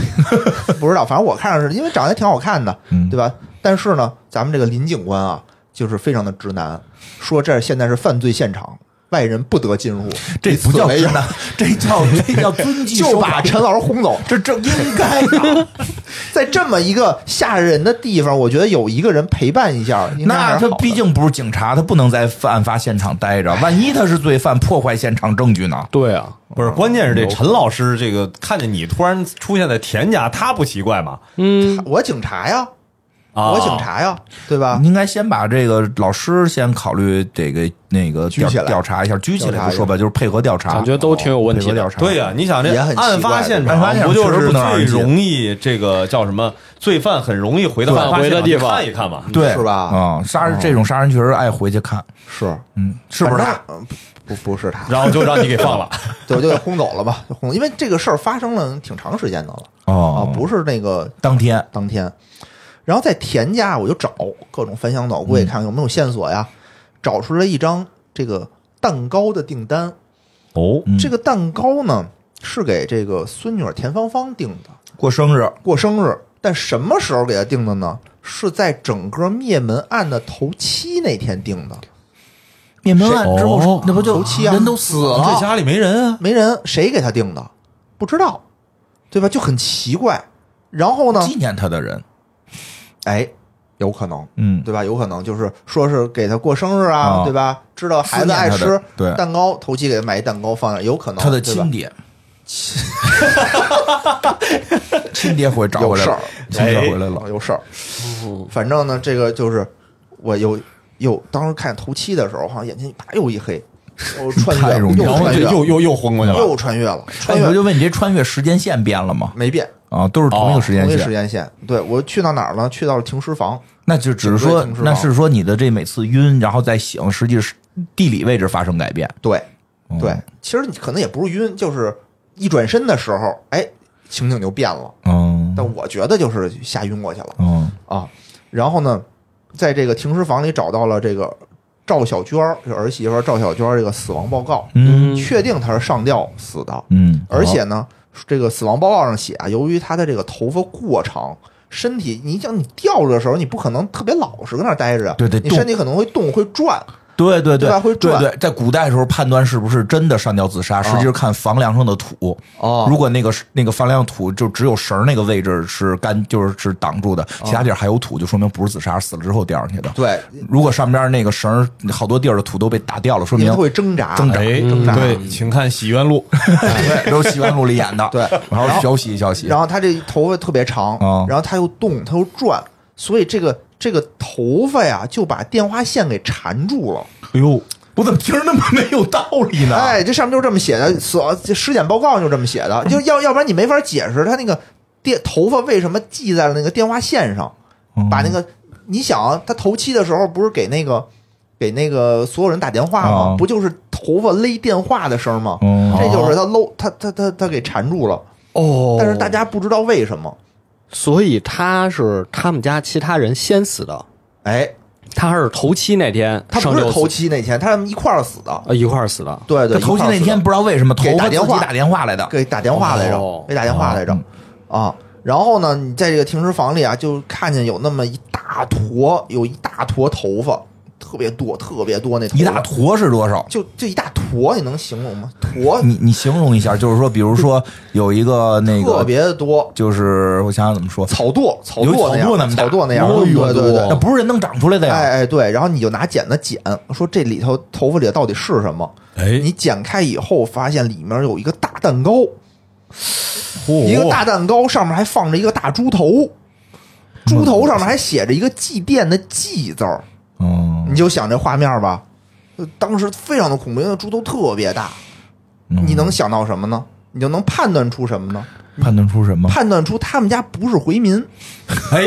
不知道，反正我看着是因为长得还挺好看的，嗯对吧？但是呢，咱们这个林警官啊，就是非常的直男，说这儿现在是犯罪现场，外人不得进入，这以不此叫为直由，男，这叫 这叫遵纪 就守把法，陈老师轰走。这这应该 的。 在这么一个吓人的地方，我觉得有一个人陪伴一下，应该还那是他好的毕竟不是警察，他不能在案发现场待着，万一他是罪犯，破坏现场证据呢？对啊，不是，关键是这陈老师这个看见你突然出现在田家，他不奇怪吗？嗯，我警察呀，啊，我警察呀，对吧？应该先把这个老师先考虑这个那个举调起来调查一下，举起调来查一不下说吧，就是配合调查，感觉都挺有问题配合的调查。对呀、你想这也很奇怪案发现场案发现场不就确实是不能让最人进容易这个叫什么罪犯很容易回到对案发现返回的场去地方看一看嘛？对，是吧哦啊，杀人这种杀人确实爱回去看，是，嗯，是不是反他正？嗯不不不是他，然后就让你给放了，对，我就给轰走了吧，就轰，因为这个事儿发生了挺长时间的了啊，哦，不是那个当天当天。然后在田家我就找各种翻箱倒柜，看看有没有线索嗯呀，找出来一张这个蛋糕的订单。哦，嗯这个蛋糕呢是给这个孙女儿田芳芳订的，过生日，过生日。但什么时候给她订的呢？是在整个灭门案的头七那天订的，灭门案之后哦，那不就头七啊人都死了？这家哦里没人啊，没人谁给她订的，不知道，对吧？就很奇怪。然后呢？纪念他的人，哎，有可能，嗯，对吧？有可能就是说是给他过生日哦啊，对吧？知道孩思子念爱他的吃对蛋糕，头七给他买一蛋糕放那儿，有可能他的对吧亲爹，亲爹回 找有回来事儿了，，亲爹回来了，哎有事儿。反正呢，这个就是我有有当时看头七的时候，好像眼睛啪又一黑，又 穿太越容了，易又然后穿就越了又又又昏过去了又。穿越了，哎，穿我越就问你，这穿越时间线变了吗？没变，啊，都是同一哦个时间同一时线，间线。对我去到哪儿了？去到了停尸房，那就只是整个说停，尸那房是说你的这每次晕，然后再醒，实际是地理位置发生改变。对嗯对，，其实你可能也不是晕，就是一转身的时候，哎，情景就变了。嗯，但我觉得就是吓晕过去了嗯，啊。然后呢，在这个停尸房里找到了这个赵小娟儿，这儿媳妇儿赵小娟儿这个死亡报告，嗯，确定她是上吊死的，嗯，而且呢，这个死亡报告上写啊，由于她的这个头发过长，身体，你像你吊着的时候，你不可能特别老实跟那儿待着，啊对对你动身体可能会动会转，对对对吧会转对对，在古代的时候判断是不是真的上吊自杀，实际是看房梁上的土。哦如果那个那个房梁土就只有绳儿那个位置是干，就是是挡住的，其他地儿还有土，就说明不是自杀，死了之后掉上去的。哦对，如果上边那个绳儿好多地儿的土都被打掉了，说因为明它会挣扎，挣扎哎，对，请看《洗冤录》，对，都是西湾路里演的。对然后学习学习。然后他这头发特别长，嗯然后他又动，他又转，所以这个这个头发呀就把电话线给缠住了。哎呦，我怎么听着那么没有道理呢？哎，这上面就这么写的，所这尸检报告就这么写的，就要要不然你没法解释他那个电头发为什么系在了那个电话线上，把那个你想啊他头七的时候不是给那个给那个所有人打电话吗？哦不就是头发勒电话的声吗？嗯，这就是他搂他他他他给缠住了，哦但是大，家不知道为什么。所以他是他们家其他人先死的，哎，他是头七那天他上不吊是死头七那天，他们一块儿死的。呃一块儿死的，对对，他头七那天一块儿死不知道为什么头给发打自电己话打电话来的的。给打电话来哦着，给打电话来着哦啊。然后呢，你在这个停尸房里啊，就看见有那么一大坨，有一大坨头发，特别多，特别多那头发一大，坨是多少？就就一大坨，你能形容吗？坨你你形容一下，就是说，比如说有一个那特个，别的多，就是我想想怎么说，草垛，草有垛那草垛那么样，大草垛那样，哦对呦对对对那不是人能长出来的呀。哎哎，对，然后你就拿剪子剪，说这里头头发里到底是什么？哎你剪开以后发现里面有一个大蛋糕，嚯哦一个 大蛋糕上面还放着一个大猪头，猪头上面还写着一个祭奠的祭字儿，嗯，你就想这画面吧，呃当时非常的恐怖，因为猪头特别大，嗯你能想到什么呢？你就能判断出什么呢？判断出什么？判断出他们家不是回民，哎，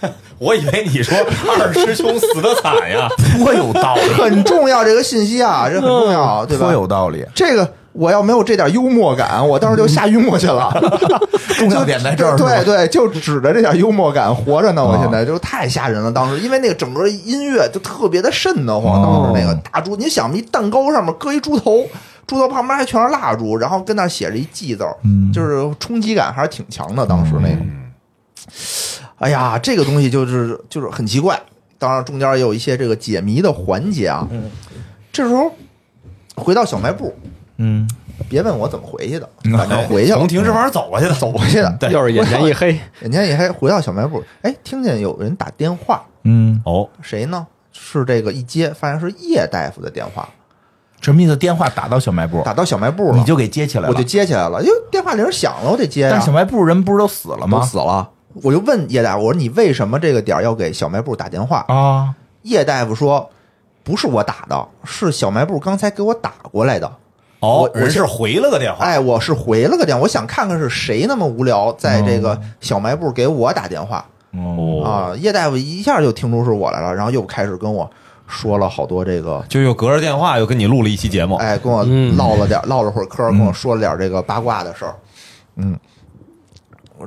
我以为你说二师兄死的惨呀，颇有道理， 很重要这个信息啊，这很重要，对嗯吧？颇有道理。这个我要没有这点幽默感，我当时就下幽默去了。 重要点在这儿， 对是吧，对，就指着这点幽默感活着呢。我啊现在就太吓人了，当时因为那个整个音乐就特别的瘆得慌，哦当时那个大猪，你想一蛋糕上面搁一猪头。猪头旁边还全是蜡烛，然后跟那儿写着一“祭”字儿，嗯就是冲击感还是挺强的。当时那个，哎呀，这个东西就是就是很奇怪。当然，中间也有一些这个解谜的环节啊。这时候回到小卖部，嗯，别问我怎么回去的， 嗯反正回去 了从，停尸房走过去的，走回去的。对又是眼前一黑，人家也还回到小卖部，哎，听见有人打电话，嗯，哦，谁呢？是这个一接，发现是叶大夫的电话，什么意思？电话打到小卖部，打到小卖部了，你就给接起来了。我就接起来了，因为电话铃响了，我得接呀、但是小卖部人不是都死了都吗？死了，我就问叶大夫，我说你为什么这个点儿要给小卖部打电话？啊，叶大夫说，不是我打的，是小卖部刚才给我打过来的。哦，我人是回了个电话，哎，我是回了个电话，我想看看是谁那么无聊，在这个小卖部给我打电话。哦，啊，叶大夫一下就听出是我来了，然后又开始跟我说了好多这个，就又隔着电话又跟你录了一期哦节目，哎，跟我唠了点儿，唠了会儿嗑儿，嗯跟我说了点儿这个八卦的事儿，嗯。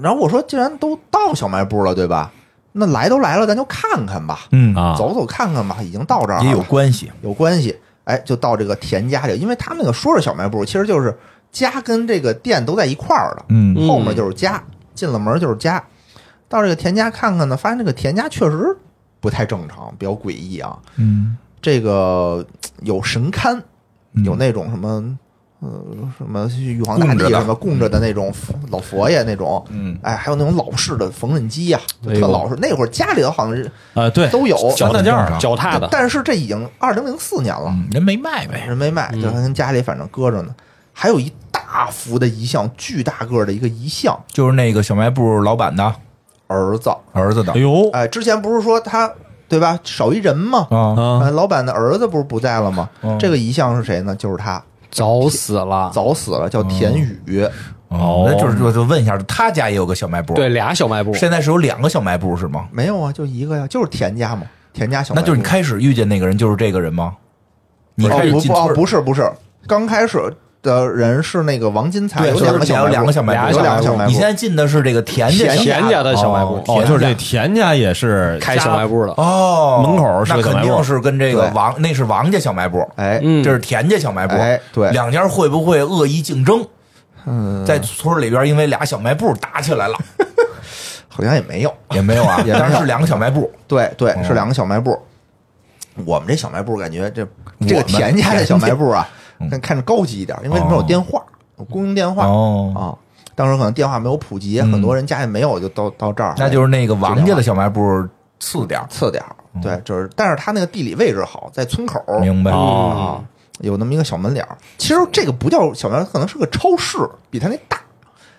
然后我说，既然都到小卖部了，对吧？那来都来了，咱就看看吧，嗯啊，走走看看吧，已经到这儿了，也有关系。有关系。哎，就到这个田家里，因为他们那个说是小卖部，其实就是家跟这个店都在一块儿了。嗯后面就是家，进了门就是家。到这个田家看看呢，发现这个田家确实不太正常，比较诡异啊。嗯，这个嘖有神龛，嗯有那种什么。呃，什么玉皇大供着帝的什么供着的那种佛老佛爷那种，嗯，哎，还有那种老式的缝纫机呀、啊就哎特呦老式。那会儿家里头好像是啊，对，都有，小蛋啊件儿嗯脚踏的，但是这已经二零零四年了，嗯人没卖呗。人没卖，就嗯跟家里反正搁着呢。还有一大幅的遗像，巨大个儿的一个遗像，就是那个小卖部老板的儿子，儿子的哎呦哎，之前不是说他对吧，少一人嘛？啊，啊呃，老板的儿子不是不在了吗？嗯这个遗像是谁呢？就是他，早死了，早死了，叫田宇。哦，那就是我就问一下，他家也有个小卖部，对，，俩小卖部，现在是有两个小卖部是吗？没有啊，就一个呀，就是田家嘛，田家小卖那部。就是你开始遇见那个人就是这个人吗？你开始哦不进不村哦儿不是不是，刚开始的人是那个王金才，对，就有是两个小有两个小卖卖部，部有两个小卖部。你现在进的是这个田家田田家的小卖部哦哦，就是这田家也是开小卖部了，哦，门口是那个小肯卖部定是跟这个对王那是王家小卖部，哎，嗯，这是田家小卖部哎，对两家会不会恶意竞争？嗯，在村儿里边，因为俩小卖部打起来了，好像也没有。也没有啊，也没有但是是两个小卖部，对对，哦是两个小卖部。我们这小卖部感觉这这我们个田家的小卖部啊 嗯，看看着高级一点，因为里面哦有电话，有公用电话哦啊。当时可能电话没有普及，嗯很多人家也没有，就到到这儿。那就是那个王家的小卖部次点儿，嗯次点儿，对，就是，但是他那个地理位置好，在村口，啊明白？哦，有那么一个小门脸儿。其实这个不叫小卖部，可能是个超市，比他那大。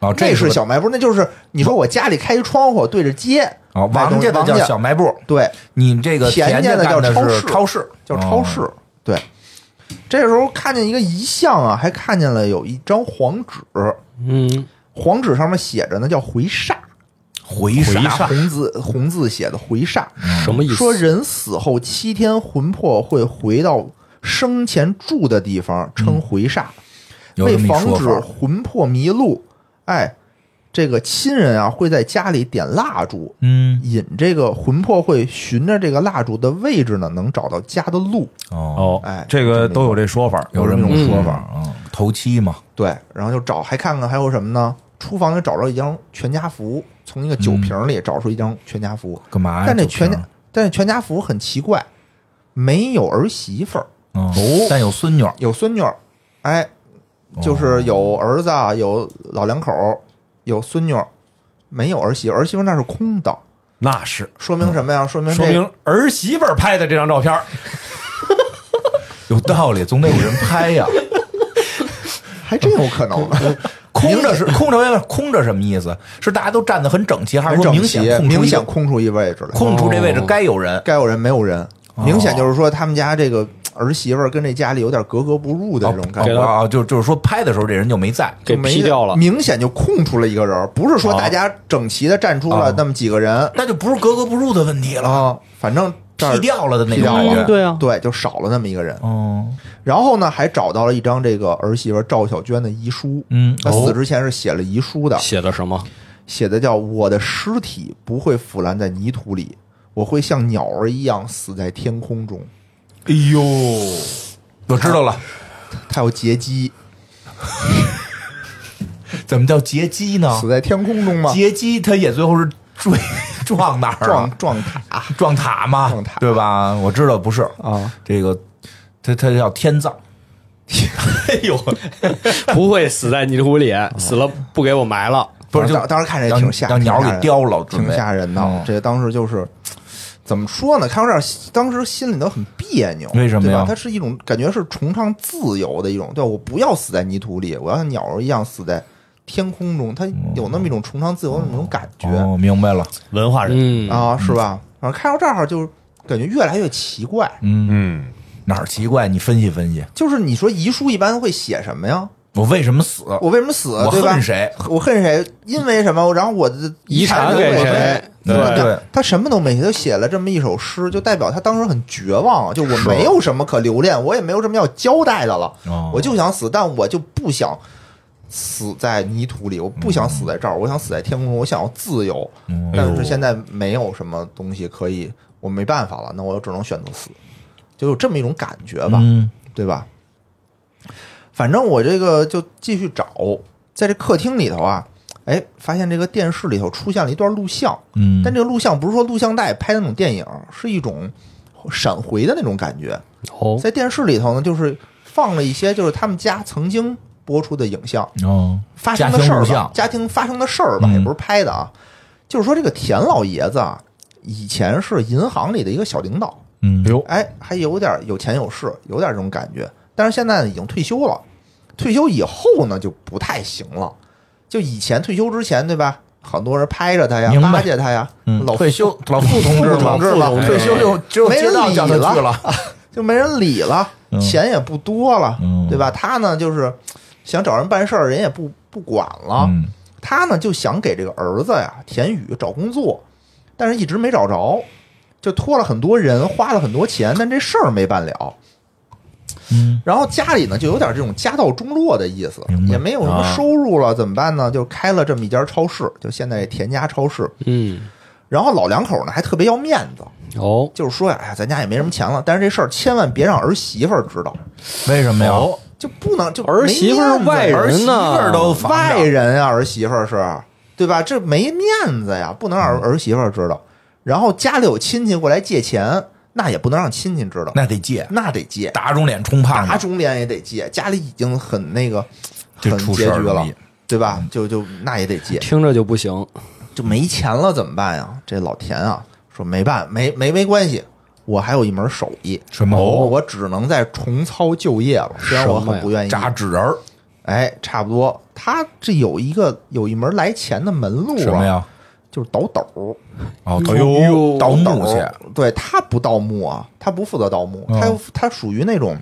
哦，这那是是个小卖部，那就是你说我家里开一窗户对着街，哦，卖王东西家的王叫家小卖部，对，你这个田家家的干叫的超是市超市，叫超市。哦对，这时候看见一个遗像啊，还看见了有一张黄纸，嗯，黄纸上面写着呢叫回煞，回煞，哦红字红字写的回煞，什么意思？说人死后七天魂魄会回到生前住的地方，称回煞，嗯有为这么一防说止法魂魄迷路，哎。这个亲人啊，会在家里点蜡烛，嗯，引这个魂魄会循着这个蜡烛的位置呢，能找到家的路。哦，哦哎，这个都有这说法，有这这么么种种说说法，嗯，头七嘛，对，然后就找，还看看还有什么呢？厨房也找着一张全家福，从一个酒瓶里找出一张全家福。干嘛呀？但这酒瓶全家，但这全家福很奇怪，没有儿媳妇儿，嗯哦，但有孙女儿，有孙女儿，哎，就是有儿子，有老两口，有孙女儿，没有儿媳，儿媳妇那是空的，那是说明什么呀？说明说这明儿媳妇儿拍的这张照片儿，有道理，总得有人拍 呀。还真有可能。空着是空着， 空着什么意思？是大家都站得很整齐，还是很说整明齐，显空出明一显个空出一位置来，空出这位置哦该有人？该有人没有人，明显就是说他们家这个儿媳妇儿跟这家里有点格格不入的这种感觉。给哦他哦哦，就就是说拍的时候这人就没在。给就没劈掉了，明显就空出了一个人儿，不是说大家整齐的站出了那么几个人那就不是格格不入的问题了，啊，反正这儿剃掉了的哦那剃种掉感了觉。嗯对啊，对，就少了那么一个人。哦，然后呢，还找到了一张这个儿媳妇儿赵小娟的遗书，嗯她哦死之前是写了遗书的，写的什么？写的叫“我的尸体不会腐烂在泥土里，我会像鸟儿一样死在天空中”。哎呦，我知道了，她要劫机，怎么叫劫机呢？死在天空中吗？劫机他也最后是追 撞哪儿撞了？撞塔撞塔嘛，撞塔对吧？我知道不是啊，这个，他他叫天葬，哎呦，不会死在泥土里，死了不给我埋了。 不是就当当时看着也让挺吓，让鸟给叼了，准挺备吓人的。嗯这当时就是怎么说呢？看到这儿，当时心里头很别扭，为什么呀对吧它是一种感觉是崇尚自由的一种，对吧，我不要死在泥土里，我要像鸟儿一样死在天空中。它有那么一种崇尚自由的那种感觉、嗯哦，明白了，文化人，嗯，啊，是吧？反正看到这儿就感觉越来越奇怪。嗯，嗯，哪儿奇怪？你分析分析，就是你说遗书一般会写什么呀？我为什么死？我为什么死？我对吧恨谁？我恨谁？因为什么？然后我的遗产产给谁？谁对吧对他什么都没写，他写了这么一首诗，就代表他当时很绝望，啊就我是没有什么可留恋，我也没有什么要交代的了，哦我就想死，但我就不想死在泥土里，我不想死在这儿，我想死在天空中，我想要自由，嗯但是现在没有什么东西可以，我没办法了，那我只能选择死，就有这么一种感觉吧。嗯，对吧？反正我这个就继续找，在这客厅里头啊，哎，发现这个电视里头出现了一段录像，嗯但这个录像不是说录像带拍的那种电影，是一种闪回的那种感觉。哦，在电视里头呢，就是放了一些就是他们家曾经播出的影像，哦，发家庭生的事录儿吧像，，家庭发生的事儿吧，嗯也不是拍的啊，就是说这个田老爷子啊，以前是银行里的一个小领导，嗯，哟，哎，还有点有钱有势，有点这种感觉。但是现在呢已经退休了，退休以后呢就不太行了。就以前退休之前，对吧？很多人拍着他呀，明白巴结他呀，嗯老退休老傅同志哎副嘛同，志嘛，副同志退休就只有没街人道叫他理去了，就没人理了，嗯钱也不多了，嗯对吧？他呢就是想找人办事儿，人也不不管了。嗯他呢就想给这个儿子呀田宇找工作，但是一直没找着，就托了很多人，花了很多钱，但这事儿没办了。嗯，然后家里呢就有点这种家道中落的意思明，白也没有什么啊收入了，怎么办呢？就开了这么一家超市，就现在田家超市。嗯，然后老两口呢还特别要面子，哦，就是说呀，哎呀，咱家也没什么钱了，但是这事儿千万别让儿媳妇儿知道，为什么呀？哦就不能就儿媳妇儿没面子外人呢儿媳妇儿都防着外人啊，儿媳妇儿是对吧？这没面子呀，不能让儿儿媳妇儿知道。然后家里有亲戚过来借钱，那也不能让亲戚知道，那得借，那得借，打肿脸充胖打子，肿脸也得借。家里已经很那个，这很出拮事儿据容了易，对吧？就就那也得借，听着就不行。就没钱了怎么办呀？这老田啊，说没办没没没关系，我还有一门手艺，什么我我只能再重操旧业了，虽然我什么很呀不愿意。扎纸人儿哎，差不多，他这有一个有一门来钱的门路啊，什么呀？就是倒斗，哦，哎呦盗倒墓斗去，。对他不盗墓啊，他不负责盗墓，嗯他他属于那种，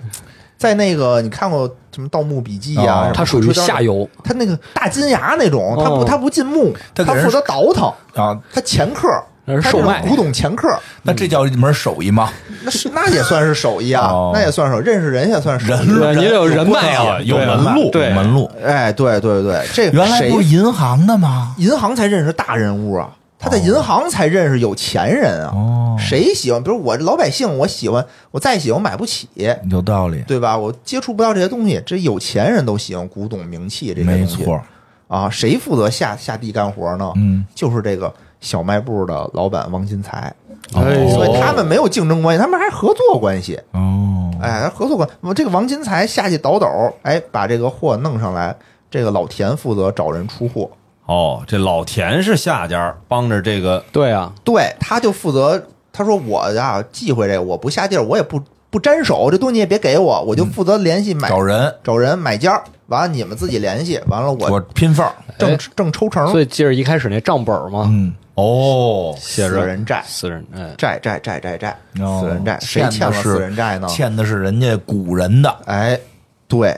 在那个你看过什么《盗墓笔记》哦？啊什么它属于下，游，他那个大金牙那种，他不哦他不进墓，他他给人负责倒腾，啊，他掮客，那是他这种售卖古董掮客，那这叫一门手艺吗？那是那也算是手艺啊哦，那也算是手认识人也算是手艺人对你得有人脉啊，有对啊门路有对，门路。哎，对对对，这原来谁不是银行的吗？银行才认识大人物啊，他在银行才认识有钱人啊。哦谁喜欢？比如我老百姓，我喜欢，我再喜欢买不起，有道理，对吧？我接触不到这些东西，这有钱人都喜欢古董名器这些没东西。错。啊，谁负责下下地干活呢？嗯，就是这个小卖部的老板王金财，哎呦所以他们没有竞争关系，他们还合作关系。哦，哎，合作关，这个王金财下去倒斗，哎，把这个货弄上来，这个老田负责找人出货。哦，这老田是下家，帮着这个对啊，对，他就负责，他说我呀忌讳这个，我不下地儿，我也不不沾手，这东西也别给我，我就负责联系买、找人，找人买家儿，完了你们自己联系，完了我我拼缝儿。挣、哎挣抽成，所以记着一开始那账本嘛，嗯，哦，写死着人债私人，哎，债债债债债哦死人债，谁欠欠了的是死人债呢？欠的是人家古人的。哎，对，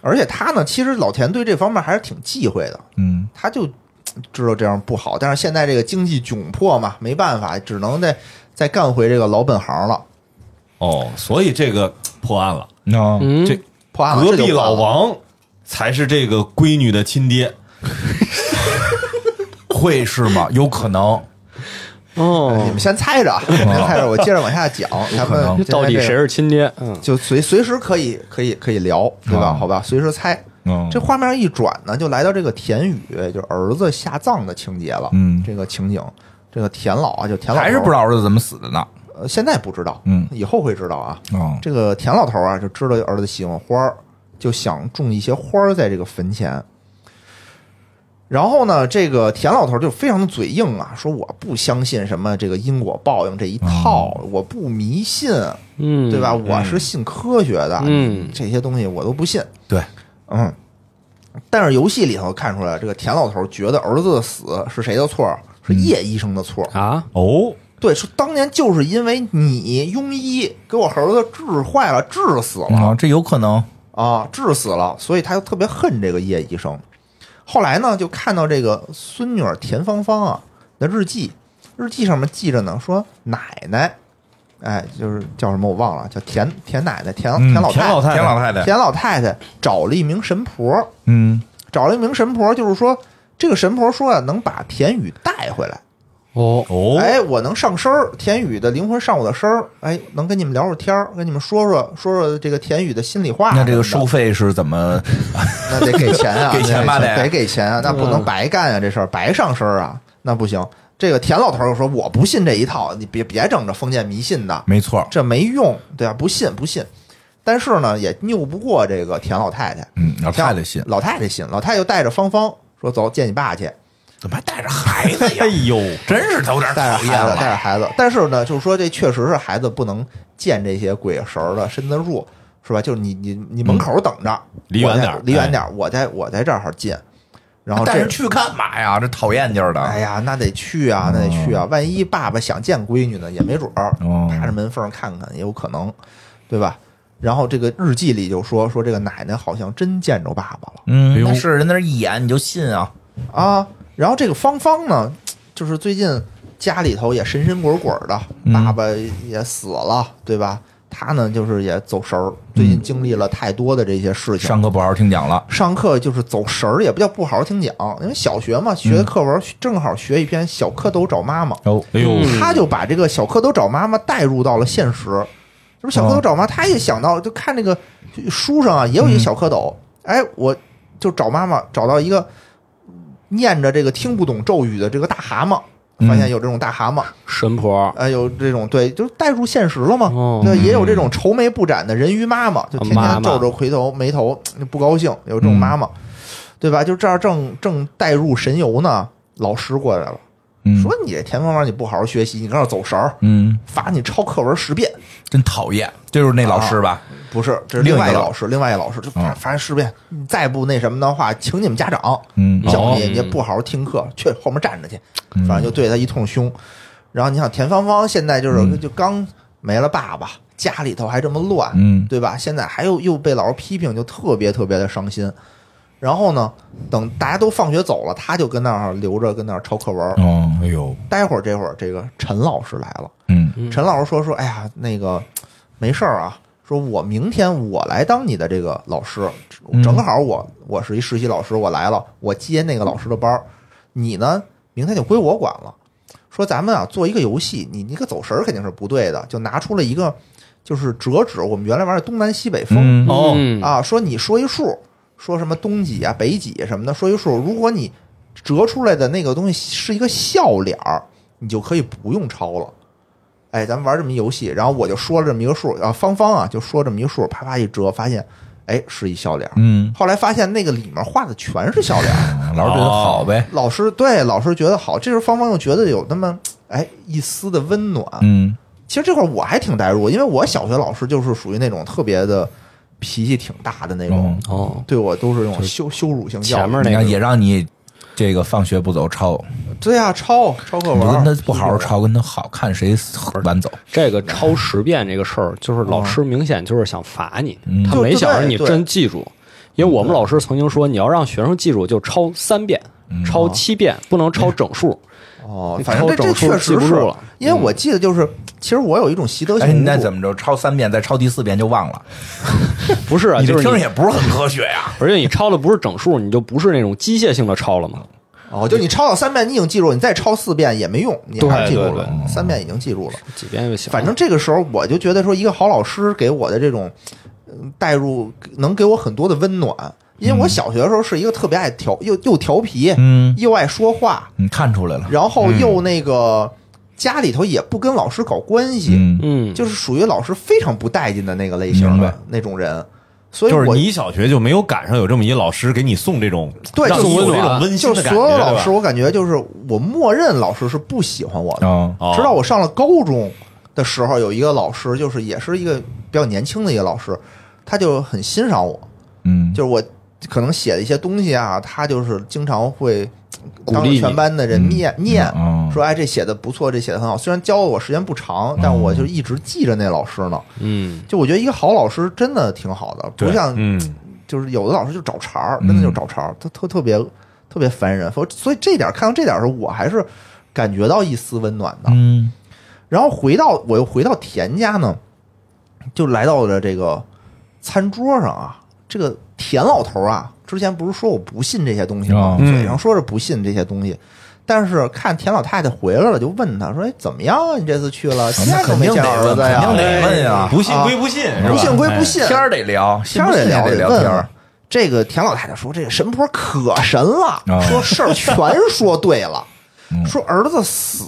而且他呢，其实老田对这方面还是挺忌讳的，嗯，他就知道这样不好，但是现在这个经济窘迫嘛，没办法，只能再再干回这个老本行了。哦，所以这个破案了，那嗯，这破案了，隔啊这就壁破案老了王才是这个闺女的亲爹。会是吗？ 有可能。你哦们，先猜着啊，你们先猜着，我接着往下 讲。咱可能们到底谁是是亲爹？嗯，就随随时可以可以可以聊，对吧？嗯好吧，随时猜。嗯这画面一转呢，就来到这个田宇，就儿子下葬的情节了。嗯这个情景，这个田老啊，就田老头还是不知道儿子怎么死的呢。呃，现在不知道，嗯以后会知道啊。哦，这个田老头啊，就知道儿子喜欢花儿，就想种一些花儿在这个坟前。然后呢，这个田老头就非常的嘴硬啊，说我不相信什么这个因果报应这一套，我不迷信，嗯，对吧？？我是信科学的，嗯这些东西我都不信。对，嗯，但是游戏里头看出来，这个田老头觉得儿子的死是谁的错儿？是叶医生的错儿。啊，哦，对，说当年就是因为你庸医给我儿子治坏了，治死了。哦，这有可能。啊，治死了，所以他就特别恨这个叶医生。后来呢，就看到这个孙女儿田芳芳啊的日记，日记上面记着呢，说奶奶，哎，就是叫什么我忘了，叫田田奶奶、田嗯田老太田老太、太田老太，太太，田老太太找了一名神婆，嗯，找了一名神婆，就是说这个神婆说啊，能把田宇带回来。哦，哦，哎，我能上身儿，田宇的灵魂上我的身儿，哎，能跟你们聊会儿天儿，跟你们说说说说这个田宇的心里话什么那的。这个收费是怎么？那得给 钱啊，给钱吧得得得给钱啊，那不能白干啊，这事儿白上身儿啊，那不行。这个田老头儿就说：“我不信这一套，你别别整这封建迷信的，没错，这没用，对吧、不信不信。但是呢，也拗不过这个田老太太，嗯，老太太信，老太太信，老太太就带着芳芳说：‘走，见你爸去。’怎么还带着孩子哎呀？呦，真是有点带着讨孩厌子，带着了。孩子。但是呢，就是说这确实是孩子不能见这些鬼神儿的身子入，是吧？就是你你你门口等着，离远我在点儿离远点儿，我在我在这儿进。然后带这人去干嘛哦呀？这讨厌劲儿的。哎呀，那得去啊，那得去啊！万一爸爸想见闺女呢，也没准儿哦，趴着门缝看看也有可能，对吧？然后这个日记里就说说这个奶奶好像真见着爸爸了嗯，那是人那儿一眼你就信啊。啊。然后这个芳芳呢，就是最近家里头也神神鬼鬼的，爸爸也死了，对吧？她呢就是也走神儿，最近经历了太多的这些事情，上课不好好听讲了，上课就是走神儿，也不叫不好好听讲，因为小学嘛，学的课文正好学一篇《小蝌蚪找妈妈》。哦，哎呦，嗯他就把这个小蝌蚪找妈妈带入到了现实。这不是小蝌蚪找妈，他也想到，就看那个书上啊，也有一个小蝌蚪，哎，我就找妈妈，找到一个念着这个听不懂咒语的这个大蛤蟆，发现有这种大蛤蟆，神婆，呃，有这种对，就是带入现实了嘛。哦对，也有这种愁眉不展的人鱼妈妈，就天妈天妈皱着回头眉头就不高兴，有这种妈妈，对吧？就这样正正带入神游呢，老师过来了，嗯说你这田方方你不好好学习，你搁那儿走神儿，嗯，罚你抄课文十遍。真讨厌，这就是那老师吧？不是，这是另另一外个一老老师，另外一老师就罚嗯罚十遍，你再不那什么的话，请你们家长，嗯叫你哦你不好好听课，去后面站着去，反正就对他一通凶。然后你想，田芳芳现在就是就刚没了爸爸，家里头还这么乱，嗯对吧？现在还有又被老师批评，就特别特别的伤心。然后呢，等大家都放学走了，他就跟那儿留着跟那儿抄课文。哦，哎呦，待会儿这会儿，这个陈老师来了。嗯嗯陈老师说说，哎呀，那个没事儿啊，说我明天我来当你的这个老师，正好我我是一实习老师，我来了，我接那个老师的班儿，你呢明天就归我管了。说咱们啊做一个游戏，你那个走神儿肯定是不对的，就拿出了一个就是折纸，我们原来玩的东南西北风，嗯哦嗯啊，说你说一数，说什么东几啊、北几什么的，说一数。如果你折出来的那个东西是一个笑脸儿，你就可以不用抄了。哎，咱们玩这么一游戏，然后我就说了这么一个数啊，芳芳啊就说这么一个数，啪啪一折，发现哎是一笑脸儿。嗯，后来发现那个里面画的全是笑脸儿，老师对他好呗，老师对老师觉得好，这时候芳芳又觉得有那么哎一丝的温暖，嗯其实这块儿我还挺代入，因为我小学老师就是属于那种特别的脾气挺大的那种，哦，对我都是那种羞羞辱性教育。前面你那看个也让你这个放学不走抄，对啊，抄抄课你文就儿，跟他不好好抄，跟他好看谁晚走，这个抄十遍这个事儿，就是老师明显就是想罚你，他就没想让你对对真记住。因为我们老师曾经说，你要让学生记住，就抄三遍，抄七遍，不能抄整数。哦，你反正这抄这整数确记实不是住了，因为我记得就是，其实我有一种习得性哎，无助。那怎么着？抄三遍，再抄第四遍就忘了，不是啊，你这就是听着你，也不是很科学呀。而且你抄的不是整数，你就不是那种机械性的抄了嘛。哦，就你抄到三遍，你已经记住，了，你再抄四遍也没用，你还是记住对对嗯了，三遍已经记住了。几遍就行了。反正这个时候，我就觉得说，一个好老师给我的这种嗯带入，能给我很多的温暖。因为我小学的时候是一个特别爱调，又又调皮，嗯又爱说话，你看出来了，然后又那个家里头也不跟老师搞关系，嗯，嗯，就是属于老师非常不待见的那个类型明白的那种人。所以就是我你小学就没有赶上有这么一老师给你送这种对让就你有送这种温温馨就的所感觉，有老师，对吧我感觉就是我默认老师是不喜欢我的，哦，哦直到我上了高中的时候，有一个老师，就是也是一个比较年轻的一个老师，他就很欣赏我，嗯，就是我可能写的一些东西啊，他就是经常会鼓当励着你嗯全班的人念念哦，说哎这写的不错，这写的很好。虽然教了我时间不长，但我就一直记着那老师呢。嗯，就我觉得一个好老师真的挺好的，不对嗯像嗯，就是有的老师就找茬儿，真的就找茬儿，他特特别特别烦人。所以所以这点儿看到这点儿的时候，我还是感觉到一丝温暖的。嗯然后回到我又回到田家呢，就来到了这个餐桌上啊。这个田老头啊，之前不是说我不信这些东西吗？哦嗯嘴上说是不信这些东西，但是看田老太太回来了，就问她说：“哎，怎么样啊？你这次去了，现在可没见儿子呀？啊肯定得问哎呀哎不信归不信，是吧不信归不信，天儿得聊，信天不儿啊得信聊也得聊问天儿。这个田老太太说：“这个神婆可神了，哦说事儿全说对 了，嗯说儿子死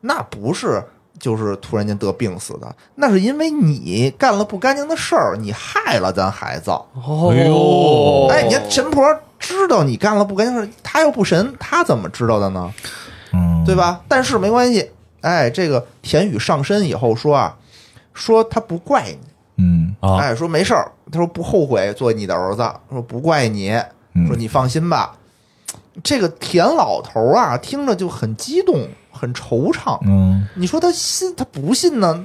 那不是就是突然间得病死的，那是因为你干了不干净的事儿，你害了咱孩子。哦，哎呦哎，你看神婆知道你干了不干净的事儿，她又不神，她怎么知道的呢？嗯，对吧？但是没关系，哎，这个田宇上身以后说啊，说他不怪你。”嗯啊，哎，说没事儿，他说不后悔做你的儿子，说不怪你，嗯说你放心吧。这个田老头啊，听着就很激动，很惆怅。嗯你说他信，他不信呢，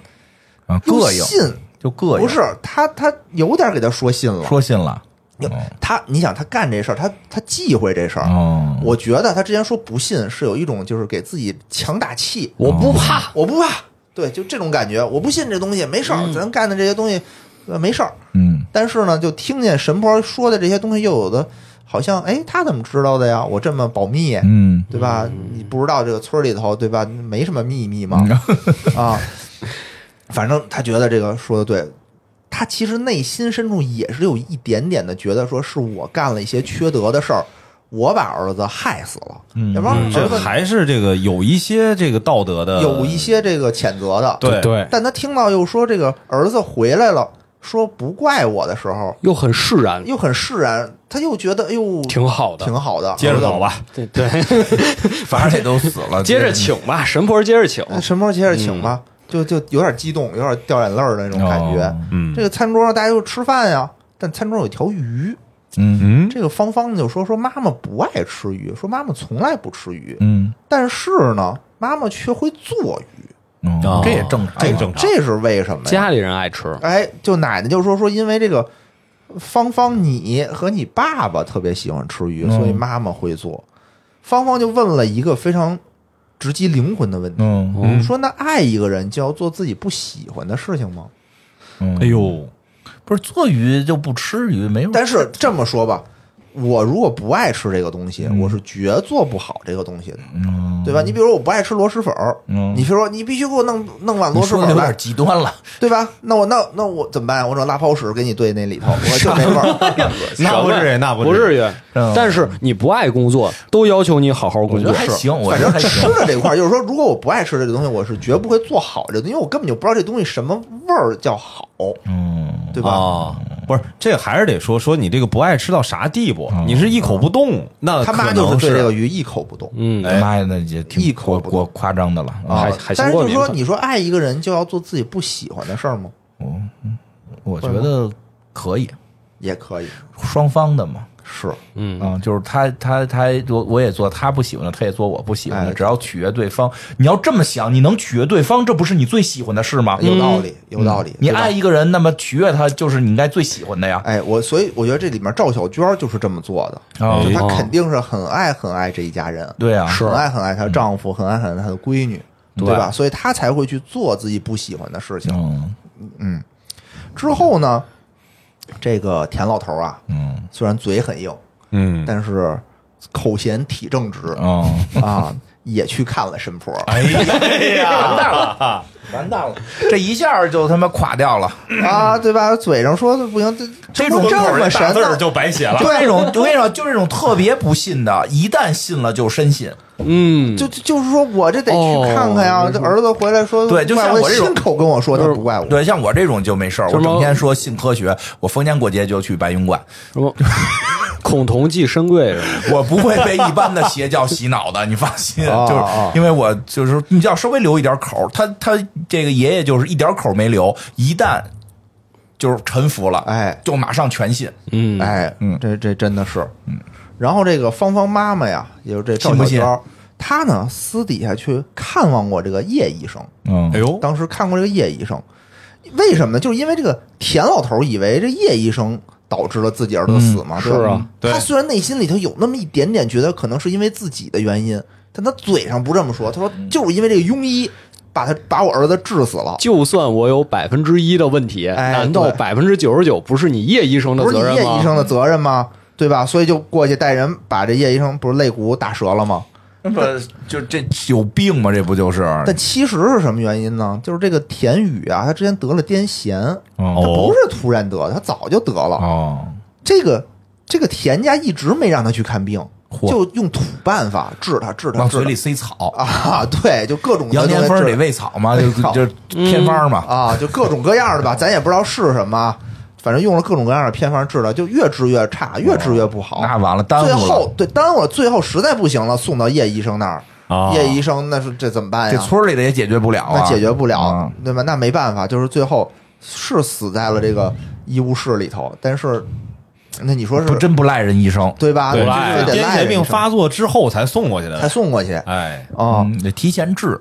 啊，又膈应信，就膈应，不是他，他有点给他说信了。说信了有他，你想他干这事儿，他他忌讳这事儿。哦，我觉得他之前说不信是有一种就是给自己强打气，我不怕，我不怕，对，就这种感觉，我不信这东西没事儿，咱干的这些东西呃没事儿。嗯但是呢，就听见神婆说的这些东西，又有的好像，哎，他怎么知道的呀？我这么保密，嗯对吧？你不知道这个村里头，对吧？没什么秘密嘛，嗯 啊，反正他觉得这个说的对。他其实内心深处也是有一点点的觉得，说是我干了一些缺德的事儿，我把儿子害死了，要不然嗯这儿子还是这个有一些这个道德的，有一些这个谴责的，对对，但他听到又说这个儿子回来了，说不怪我的时候，又很释然，又很释然，他又觉得哎呦挺好的。挺好的，接着走吧。对对，反正也都死了， 接着请吧，神婆接着请。那哎神婆接着请嗯吧，就就有点激动，有点掉眼泪儿的那种感觉。哦嗯这个餐桌上大家就吃饭呀，但餐桌上有条鱼，嗯嗯，这个芳芳就说说妈妈不爱吃鱼，说妈妈从来不吃鱼，嗯，但是呢，妈妈却会做鱼，哦哦这也正常，这个正常，这是为什么呀？家里人爱吃，哎，就奶奶就说说因为这个。芳芳，你和你爸爸特别喜欢吃鱼，所以嗯妈妈会做。芳芳就问了一个非常直击灵魂的问题，嗯嗯说：“那爱一个人就要做自己不喜欢的事情吗？”嗯，哎，呦，不是做鱼就不吃鱼，没有，但是这么说吧，我如果不爱吃这个东西，我是绝做不好这个东西的，嗯对吧？你比如说我不爱吃螺蛳粉儿，嗯你说你必须给我弄弄碗螺蛳说粉的儿有来点，极端了，对吧？那我那那我怎么办？我整拉泡屎给你兑那里头，我就没味儿。啊 那不至于，那不至于。至于。但是你不爱工作，都要求你好好我工觉得作。还行，我反觉得正还吃行，的这块儿，就是说，如果我不爱吃这个东西，我是绝不会做好这个，因为我根本就不知道这东西什么味儿叫好，嗯，对吧？啊，不是，这个还是得说说你这个不爱吃到啥地步，你是一口不动，那嗯他可妈就能是是对这个鱼一口不动。嗯，妈呀，那也挺一口不哎过过夸张的了啊海海鲜但是过就是敏说，吧你说爱一个人就要做自己不喜欢的事儿吗？我觉得可以，也可以，啊双方的嘛。是嗯就是他他他，我我也做他不喜欢的，他也做我不喜欢的，哎只要取悦对方。你要这么想，你能取悦对方，这不是你最喜欢的事吗？有道理，有道理。嗯你对吧爱一个人，那么取悦他就是你应该最喜欢的呀。哎，我所以我觉得这里面赵小娟儿就是这么做的，哦就她哦肯定是很爱很爱这一家人，对啊，很爱很爱她的丈夫，很爱很爱她的闺女，对吧？所以她才会去做自己不喜欢的事情。嗯之后呢，这个田老头儿啊，嗯虽然嘴很硬，嗯，但是口嫌体正直 嗯，啊，也去看了神婆。哎呀，完蛋了， 完蛋了，这一下就他妈垮掉了。 啊，对吧？嘴上说的不行，这这种这么神大字的儿就白写了。就那种，我跟你说，就那种特别不信的，一旦信了就深信。嗯，就就就是说我这得去看看呀、哦这儿子回来说，对就像怪我这种亲口跟我说，他不怪我。对，像我这种就没事儿，什我么整天说信科学，我逢年过节就去白云观，什么 孔同即身贵什么我不会被一般的邪教洗脑的，你放心。哦就是哦因为我就是你只要稍微留一点口儿，他他这个爷爷就是一点口儿没留，一旦就是臣服了，哎就马上全信。嗯，哎，嗯这这真的是，嗯。然后这个芳芳妈妈呀，也就是这赵信不小信娇，她呢私底下去看望过这个叶医生，嗯哎呦，当时看过这个叶医生，为什么呢？就是因为这个田老头以为这叶医生导致了自己儿子死嘛，嗯对吧是啊对他虽然内心里头有那么一点点觉得可能是因为自己的原因，但他嘴上不这么说，他说嗯就是因为这个庸医把他把我儿子治死了。就算我有百分之一的问题，哎难道对百分之九十九不是你叶医生的不是责你叶任吗？医生的责任吗？对吧？所以就过去带人把这叶医生不是肋骨打折了吗？那不就这有病吗？这不就是？但其实是什么原因呢？就是这个田宇啊，他之前得了癫痫，哦他不是突然得的，他早就得了。哦，这个这个田家一直没让他去看病，嚯就用土办法治他，治他，往治嘴里他塞草，啊！ 对，就各种的杨天东风西治得喂草嘛，就草就偏方嘛。啊，就各种各样 的吧，咱也不知道是什么，反正用了各种各样的偏方治疗，就越治越差，越治越不好。那完了，耽误最了。后对耽误了，最后实在不行了，送到叶医生那儿。啊叶医生那是这怎么办哦这哎呀？村里的也解决不了啊，那解决不了，啊对吧？那没办法，就是最后是死在了这个医务室里头。但是，那你说是不真不赖人医生，对吧？对这吧？这得癫赖痫人病医生发作之后才送过去才的，送过去哎，啊！嗯，得提前治。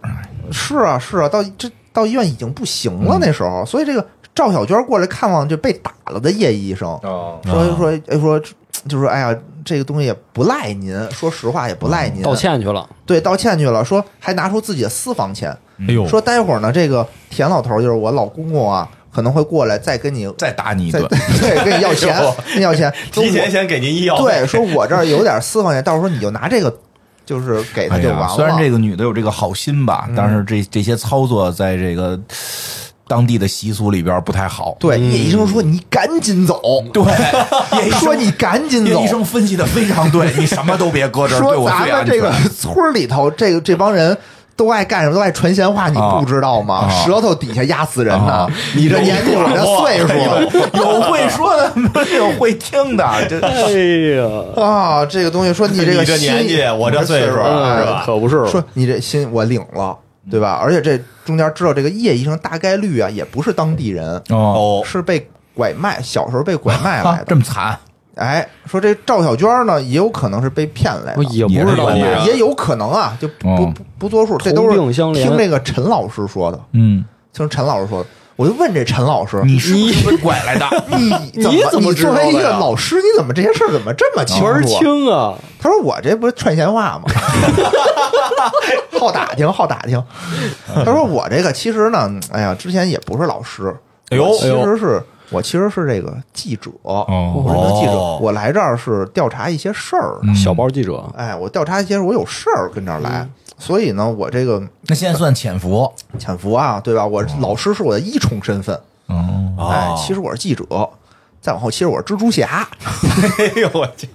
是啊，是啊，到这到医院已经不行了，那时候，所以这个赵小娟过来看望就被打了的叶医生，哦，说说哎说就说哎呀，这个东西也不赖您，说实话也不赖您，哦道歉去了，对道歉去了，说还拿出自己的私房钱，哎呦，说待会儿呢，这个田老头儿就是我老公公啊，可能会过来再跟你再打你一 再，顿对跟你要钱哎呦，跟你要钱，说我提前先给您医药费，对，说我这儿有点私房钱，到时候你就拿这个，就是给他哎就呀完了。嗯虽然这个女的有这个好心吧，但是这这些操作在这个当地的习俗里边不太好。对，叶医生说你赶紧走，嗯 对，叶医生说你赶紧叶走医。生分析的非常对，你什么都别搁这儿，对说我咱最们安这全 个。村儿里头，这个这帮人都爱干什么？都爱传闲话，你啊不知道啊吗？舌头底下压死人呢啊！你这年纪，我这岁数 有会说的，有会听的，这哎呀，啊，这个东西说你这个你这心年纪我这岁数哎是吧嗯可不是嘛说你这心我领了，对吧？而且这中间知道这个叶医生大概率啊，也不是当地人，哦哦，是被拐卖，小时候被拐卖啊来，的这。么惨，哎，说这赵小娟呢，也有可能是被骗来的我。哦也不知道也是呀啊也有可能啊，就不、哦不不多数，这都是同病相怜听这个陈老师说的，嗯，听陈老师说的。我就问这陈老师，你是不是被拐来的？你怎你么怎么知作道的呀为一个老师，你怎么这些事儿怎么这么清门儿楚啊？清啊，他说我这不是串闲话吗？ 好打听，好打听。他说我这个其实呢，哎呀，之前也不是老师，哦哎呦我 其实是我其实是这个记者，我是个记者哦，我来这儿是调查一些事儿的。嗯小报记者，哎，我调查一些，我有事儿跟这儿来，所以呢，我这个那现在算潜伏，潜伏啊，对吧？我老师是我的一重身份，哦，哎，其实我是记者，再往后其实我是蜘蛛侠，哎呦我去，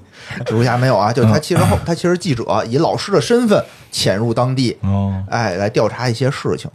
蜘蛛侠没有啊，就嗯他其实后他其实记者以老师的身份潜入当地，哦，哎，来调查一些事情。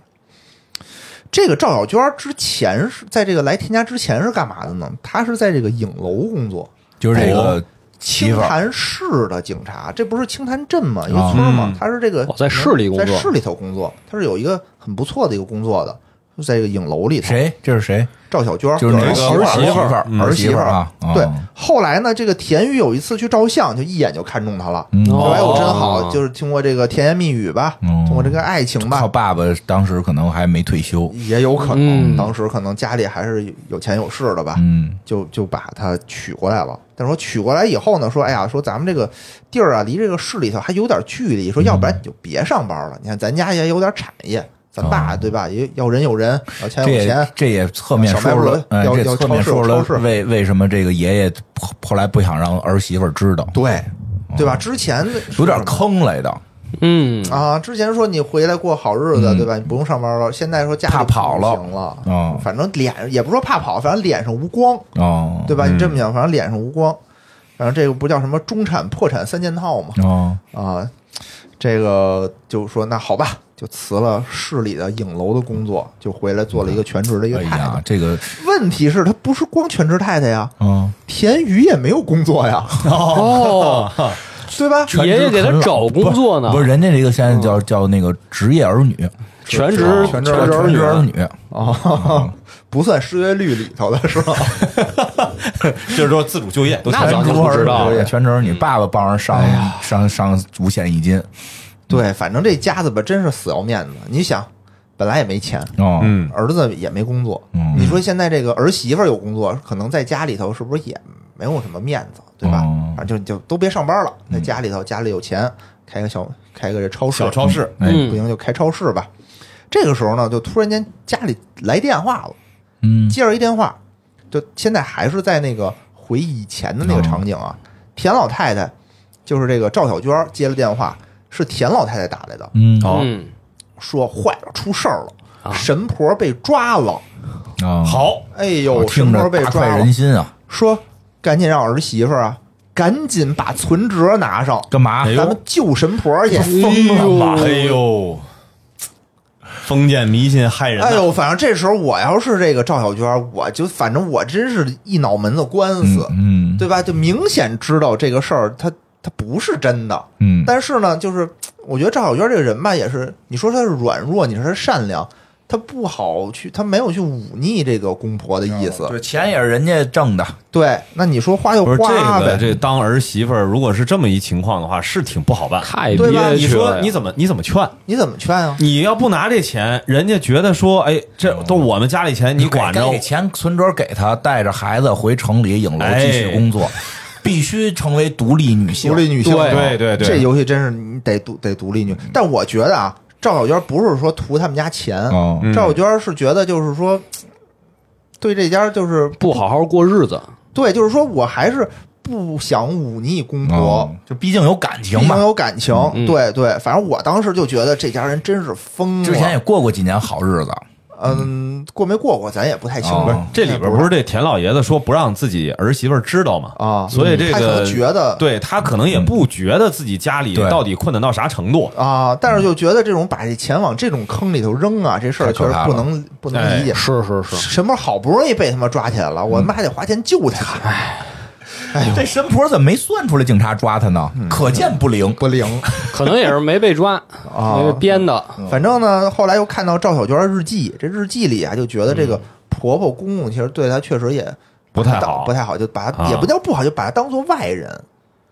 这个赵小娟之前是在这个来添加之前是干嘛的呢？她是在这个影楼工作，就是这哦个媳清妇儿，潭市的警察，这不是清潭镇啊吗？一个村儿吗？他是这个哦在市里工作在市里头工作，他是有一个很不错的一个工作的，就在这个影楼里头。谁？这是谁？赵小娟，就是那儿个媳妇儿媳妇儿儿儿媳媳妇儿儿啊哦对，后来呢，这个田宇有一次去照相，就一眼就看中她了。嗯说哎呦，真哦好，就是通过这个甜言蜜语吧，嗯通过这个爱情他吧，爸爸当时可能还没退休，也有可能嗯当时可能家里还是有钱有势的吧，嗯，就就把她娶过来了。但是说娶过来以后呢，说哎呀，说咱们这个地儿啊，离这个市里头还有点距离，说要嗯不然你就别上班了。你看咱家也有点产业，咱爸对吧，也要人有人，要钱哦这有也钱。这也侧面说小卖了部，哎，要这要侧面超市有说了超市为为什么这个爷爷后后来不想让儿媳妇儿知道，对，对吧？之前哦有点坑来的，嗯，啊，之前说你回来过好日子，对吧？你不用上班了。现在说家里嗯怕跑不了行了，嗯反正脸也不说怕跑，反正脸上无光，哦，对吧？你这么讲，反正脸上无光，反正这个不叫什么中产破产三件套嘛？哦，啊，这个就说那好吧，就辞了市里的影楼的工作，就回来做了一个全职的一个哎太呀太。，这个，问题是，她不是光全职太太呀，嗯，田宇也没有工 作呀，哦，对吧？全职爷爷给他啃老找工作呢不是不是人家这个嗯现在叫叫那个职业儿女，全职全职儿全女职，儿女，嗯哦， 不算失业率里头的是吧？ 就是说自主就业都那咱就不知道哎了全职儿女，嗯爸爸帮着上上上五险一金，对，反正这家子吧，真是死要面子。你想，本来也没钱，哦，嗯儿子也没工作，嗯你说现在这个儿媳妇儿有工作，可能在家里头是不是也没有什么面子，对吧？哦反正就就都别上班了，在家里头，家里有钱，开个小开个这超市，小超市，哎嗯不行就开超市吧。这个时候呢，就突然间家里来电话了，嗯，接着一电话，就现在还是在那个回忆以前的那个场景啊。田老太太就是这个赵小娟儿接了电话，是田老太太打来的，嗯，嗯，说坏了，出事儿啊了，神婆被抓了。哦，好，哎我呦，神听婆着被大抓快了人，心啊，说赶紧让儿媳妇儿啊，赶紧把存折拿上，干嘛？哎呦咱们救神婆去。疯了吧？哎呦，封建迷信害人呐！哎呦，反正这时候我要是这个赵小娟儿，我就反正我真是一脑门子官司，嗯对吧？就明显知道这个事儿，它它不是真的。嗯，但是呢，就是我觉得赵小娟这个人吧，也是你说她是软弱，你说她是善良，她不好去，她没有去忤逆这个公婆的意思。哦对，钱也是人家挣的，对，那你说花就不是花这个，呗，这当儿媳妇儿，如果是这么一情况的话，是挺不好办。太对吧憋你屈了说呀你怎么你怎么劝？你怎么劝啊？你要不拿这钱，人家觉得说，哎，这都我们家里钱，你管着给，钱存折给他，带着孩子回城里影楼哎继续工 作，必须成为独立女性。独立女性，对对对嗯对这游戏真是你得独得独立女。但我觉得啊，赵小娟不是说图他们家钱，哦嗯赵小娟是觉得就是说，对这家就是不好好过日子，对，就是说我还是不想忤逆公婆哦，，就毕竟有感情毕嘛竟。有感情。啊嗯对对，反正我当时就觉得这家人真是疯了。之前也过过几年好日子，嗯，过没过过咱也不太清楚。哦这里边不是这田老爷子说不让自己儿媳妇儿知道吗？啊所以这他可个能觉得对他可能也不觉得自己家里对到底困难到啥程度。啊，但是就觉得这种把这钱往这种坑里头扔啊，这事儿太可确实怕不了能不能理解。是是嗯是，神婆好不容易被他妈抓起来了，我他妈还得花钱救他，哎这神婆怎么没算出来警察抓他呢？可见不灵，嗯不灵。可能也是没被抓，啊没被编的。嗯反正呢，后来又看到赵小娟的日记，这日记里啊，就觉得这个婆婆公公其实对她确实也嗯不太好不太好，就把她、啊也不叫不好，就把她当做外人，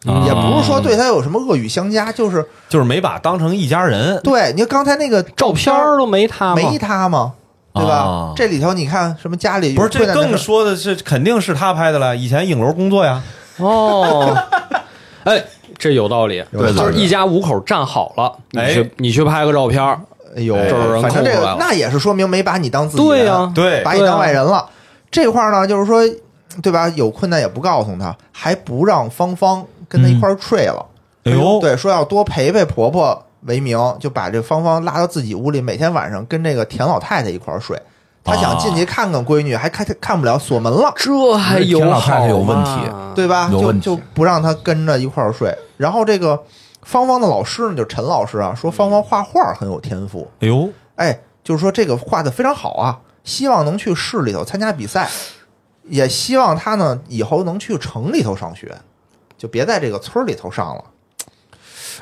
啊也不是说对她有什么恶语相加，就是就是没把当成一家人。对你刚才那个照片儿都没他吗？没她吗？对吧？啊这里头你看什么家里有不是，这困难的更事说的是肯定是他拍的了。以前影楼工作呀，哦， 哎，这有道理，道理就是一家五口站好了，你哎去你去拍个照片儿，儿，哎呦，这儿人反正这空出来个了那也是说明没把你当自己人，对呀对把你当外人了。这块儿呢，就是说，对吧？有困难也不告诉她，还不让芳芳跟她一块儿睡了。哎呦，对，说要多陪陪婆婆为名，就把这芳芳拉到自己屋里，每天晚上跟这个田老太太一块儿睡。他想进去看看闺女，还看看不了，锁门了，这还有田老太好太有问吗题，对吧？有就问题就不让她跟着一块儿睡。然后这个芳芳的老师呢，就陈老师啊，说芳芳画画很有天赋，哎呦，哎，就是说这个画的非常好啊，希望能去市里头参加比赛，也希望她呢以后能去城里头上学，就别在这个村儿里头上了。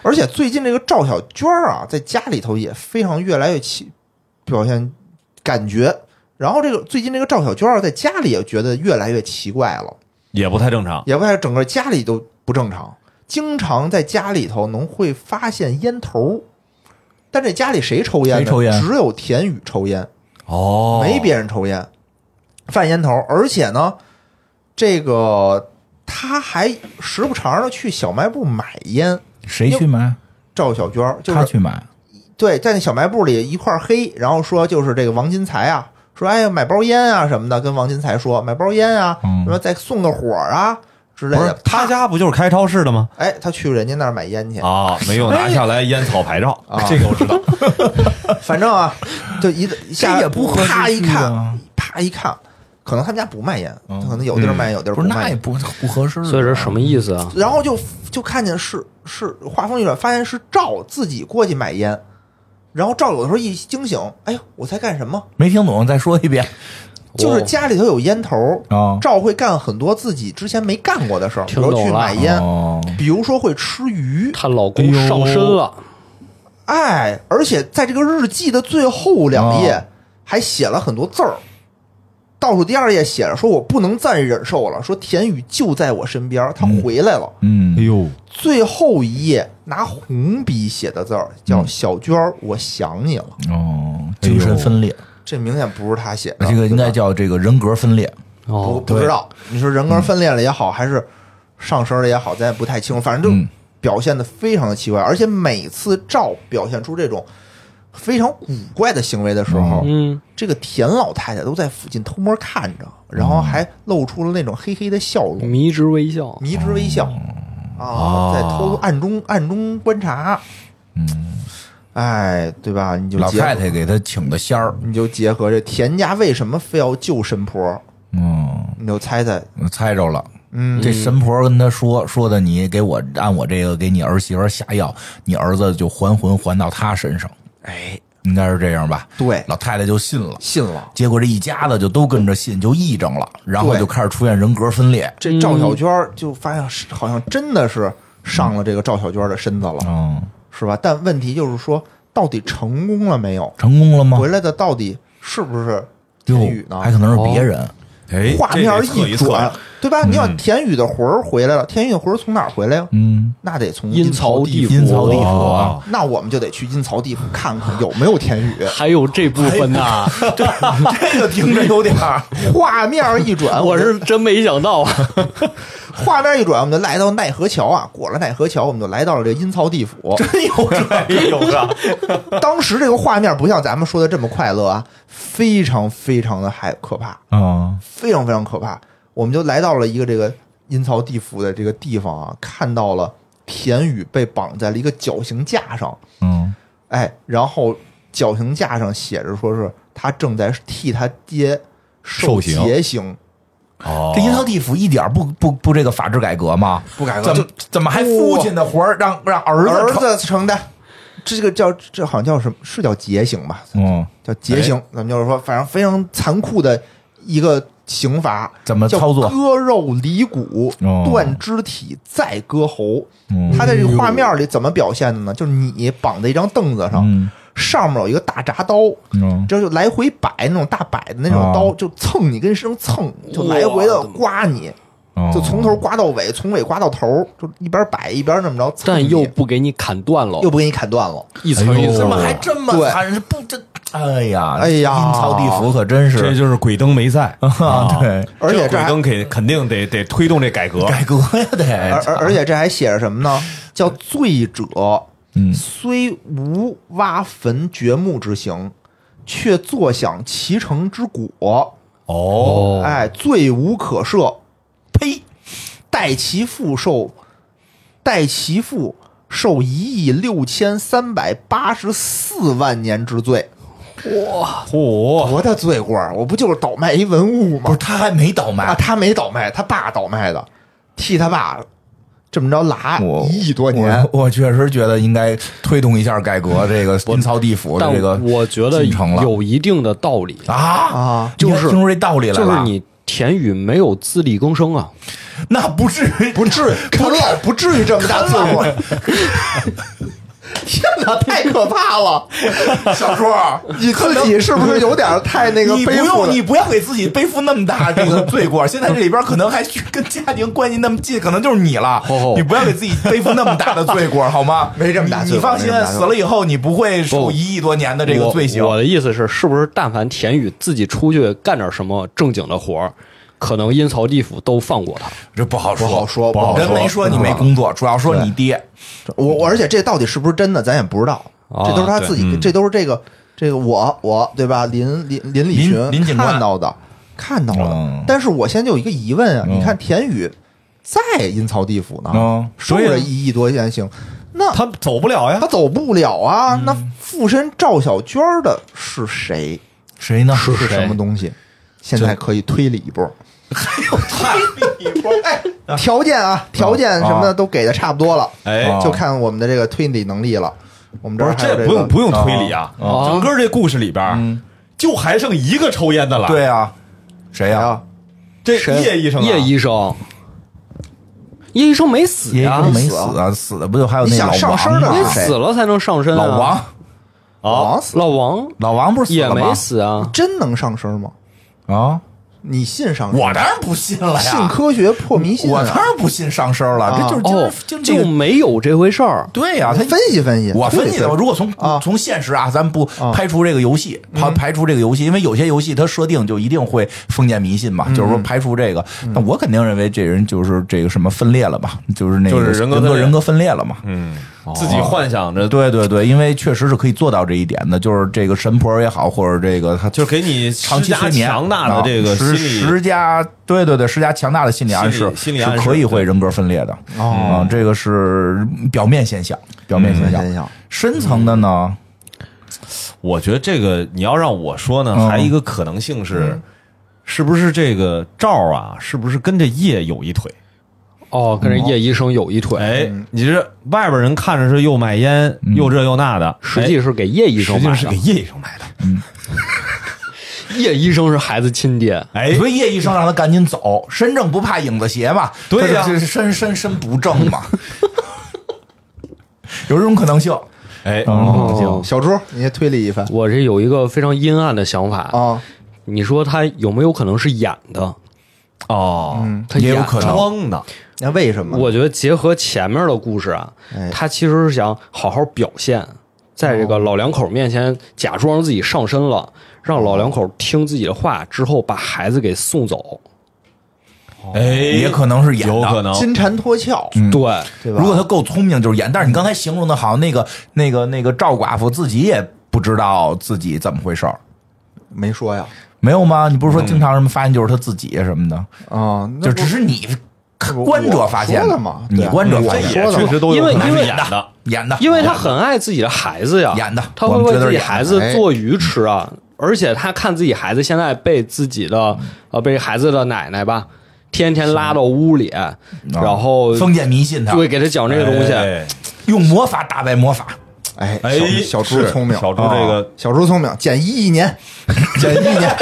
而且最近这个赵小娟儿啊，在家里头也非常越来越起表现感觉，然后这个最近这个赵小娟儿在家里也觉得越来越奇怪了，也不太正常。也不太整个家里都不正常，经常在家里头能会发现烟头儿，但这家里谁抽烟谁呢？抽烟只有田宇抽烟。哦没别人抽烟，犯烟头，而且呢，这个他还时不常的去小卖部买烟。 谁去买？赵小娟儿就他是去买。对，在那小卖部里一块儿黑，然后说就是这个王金财啊，说哎呀买包烟啊什么的，跟王金财说买包烟啊，嗯什么再送个火啊之类不是的。他家不就是开超市的吗？哎，他去人家那儿买烟去，啊，没有拿下来烟草牌照啊，这个我知道。反正啊，就一一下这也不合适啪一去啊看，啪一看，可能他们家不卖烟，嗯可能有地儿卖烟，有地儿不是，卖那烟也不不合适。啊所以这什么意思啊？然后就就看见是是话锋一转，发现是赵自己过去买烟，然后赵有的时候一惊醒，哎呦，我在干什么？没听懂，再说一遍哦就是家里头有烟头，啊！赵会干很多自己之前没干过的事儿，比听如懂去了买烟，哦比如说会吃鱼，她老公上身了，哎，而且在这个日记的最后两页哦还写了很多字儿。倒数第二页写着：“说我不能再忍受了，说田宇就在我身边儿，他回来了。嗯，哎呦，最后一页拿红笔写的字儿叫“嗯小娟儿，我想你了哦，精神分裂，”，这明显不是他写的。这个应该叫这个人格分裂。不哦，不知道，你说人格分裂了也好，还是上身了也好，咱也不太清楚。反正就嗯表现的非常的奇怪，而且每次赵表现出这种非常古怪的行为的时候，嗯，这个田老太太都在附近偷摸看着，然嗯后还露出了那种嘿嘿的笑容。迷之微笑，迷之微笑哦啊，在偷暗中暗中观察，嗯，哎，对吧？你就老结太太给他请的仙儿，你就结合这田家为什么非要救神婆，嗯，你就猜猜，我猜着了。嗯，这神婆跟他说说的，你给我按我这个给你儿媳妇儿下药，你儿子就还魂还到他身上，哎，应该是这样吧？对，老太太就信了，信了。结果这一家子就都跟着信，就议政了，然后对就开始出现人格分裂。这赵小娟儿就发现是好像真的是上了这个赵小娟儿的身子了，嗯，是吧？但问题就是说，到底成功了没有？成功了吗回？来的到底是不是哦哟田宇呢？哦还可能是别人。哎，画面这得测一测嗯转，对吧？你想田宇的魂儿回来了，田宇的魂儿从哪儿回来呀？嗯，那得从阴曹地地阴曹地府哦啊，那我们就得去阴曹地府看看有没有田宇。还有这部分呐，这个听着有点儿 画面一哎转，我是真没想到 啊，画面一转，我们就来到奈何桥啊。过了奈何桥，我们就来到了这阴曹地府。真有哎这真有啊！当时这个画面不像咱们说的这么快乐啊，非常非常的害可怕，啊，非常非常可怕。我们就来到了一个这个阴曹地府的这个地方啊，看到了田宇被绑在了一个绞刑架上，嗯哎，然后绞刑架上写着说是他正在替他爹受刑劫刑，哦这阴曹地府一点不不不这个法制改革吗？不改革怎就么怎么还父亲的活儿让让儿子儿承子承担。这个叫这好像叫什么？是叫劫刑吧？嗯叫劫刑，咱们就是说，反正非常残酷的一个刑罚，怎么叫操作割肉离骨、哦断肢体，再割喉。嗯他在这个画面里怎么表现的呢？就是你绑在一张凳子上，嗯上面有一个大铡刀，嗯这就来回摆那种大摆的那种刀，哦就蹭你跟身上蹭，就来回的刮你，嗯就从头刮到尾，从尾刮到头，就一边摆一边那么着蹭你，但又不给你砍断了，又不给你砍断了。一层一怎层么的。还这么对残忍？是不这，哎呀，哎呀阴曹地府可真这是就是鬼灯没在啊对而且这鬼还灯肯肯定得得推动这改革，改革呀，而得哎而而且这还写着什 么呢？叫罪者，嗯虽无挖坟掘墓之行，却坐享其成之果。哦，哎，罪无可赦。呸！代其父受，代其父受一亿六千三百八十四万年之罪，嚯，多大罪过啊儿？我不就是倒卖一文物不吗是？他还没倒卖啊，，他没倒卖，他爸倒卖的，替他爸这么着拉我一亿多年。我我确实觉得应该推动一下改革，这个阴曹地府的但这个我觉得进程了有一定的道理，啊啊你还就是听出这道理来了，就是你田宇没有自力更生啊，那不至于不 至于不至不至于这么大罪 过，天哪，太可怕了！ 小叔，你自己是不是有点太那个你不背负用，了你？不要给自己背负那么大这个罪过。现在这里边可能还去跟家庭关系那么近，可能就是你 了哦。你不要给自己背负那么大的罪过，好吗？没这么大你罪过你放心没这么，大罪死过了以后你不会受不一亿多年的这个罪行我。。我的意思是，是不是但凡田宇自己出去干点什么正经的活儿，可能阴曹地府都放过他。这不好说，不好说不好人没说你没工作，主要说你爹。我我而且这到底是不是真的，咱也不知道，啊这都是他自己，对嗯这都是这个这个我我对吧？林林林立林林群警官看到的，看到嗯了。但是我现在有一个疑问啊，嗯你看田宇在阴曹地府呢嗯，受对着啊一亿多年刑，那他走不了呀他，走不了啊。那附身赵小娟儿的是谁？谁呢？是什么东西？现在可以推理一波。哎，条件啊，条件什么啊的都给的差不多了，哎啊就看我们的这个推理能力了。我们 这不儿是还有这个不用不用推理啊，啊整个这故事里边嗯就还剩一个抽烟的了，对，啊，谁谁呀啊？，这谁叶医生啊，叶医生，叶医生没死爷爷呀，没死啊死啊，死的不就还有你那想老上身王的吗因为是谁死了才能上身啊。老王，啊，死老王老王不是死也了吗没？死啊，真能上身吗？啊，你信上身？我当然不信了呀，信科学破迷信我啊，当然不信上身了，啊这就是哦就是，就是这就个没有这回事儿。对呀，他分析分析，我分析的，推理推理如果从啊从现实啊，咱不啊嗯排除这个游戏，排排除这个游戏，因为有些游戏它设定就一定会封建迷信嘛，嗯就是说排除这个。那我肯定认为这人就是这个什么分裂了吧，就是那个就是人人格分格裂人格分裂了嘛。嗯，自己幻想着，对对对，因为确实是可以做到这一点的，就是这个神婆也好，或者这个他就是给你长施期加催眠强大的啊这个心施理，施加，对对对，施加强大的心理暗心示理，心理暗示是可以会人格分裂的。哦啊，这个是表面现象，表面现象嗯表面现象。深层的嗯呢，我觉得这个你要让我说呢，嗯还一个可能性是，是不是这个赵啊，是不是跟这叶有一腿？哦，跟嗯人叶医生有一腿，哎，你这外边人看着是又卖烟又这又那的，实际哎是给叶医实生际上买是的给。叶医生买的。叶医生是孩子亲爹，哎，所以叶医生让他赶紧走，身正不怕影子斜嘛，对呀这是身身身不正嘛，有这种可能性。哎，嗯哦，小猪，你也推理一番我这有一个非常阴暗的想法，啊，你说他有没有可能是演的？哦，他也有演可能的装的，那为什么？我觉得结合前面的故事啊哎，他其实是想好好表现，在这个哦老两口面前假装自己上身了，让老两口哦听自己的话之后，把孩子给送走。哎，也可能是演的有可能，金蝉脱壳，嗯啊对，对吧？如果他够聪明，就是演。但是你刚才形容的好像那个那个那个赵寡妇自己也不知道自己怎么回事儿，没说呀，没有吗？你不是说经常什么发现就是他自己什么的，啊，那就不只是你我观者发现我说的了嘛对你啊观者发这也现说了嘛确实都有可能因为因是为演的，演的，因为他很爱自己的孩子呀，演的他会我们为觉得自是己演的哎孩子做鱼吃啊，而且他看自己孩子现在被自己的呃被孩子的奶奶吧，天天拉到屋里，嗯然后啊封建迷信他，对给他讲这个东西，啊哎用魔法打败魔法，哎，哎小小猪是聪明，小猪这个啊小猪聪明，减一亿年，减一亿年，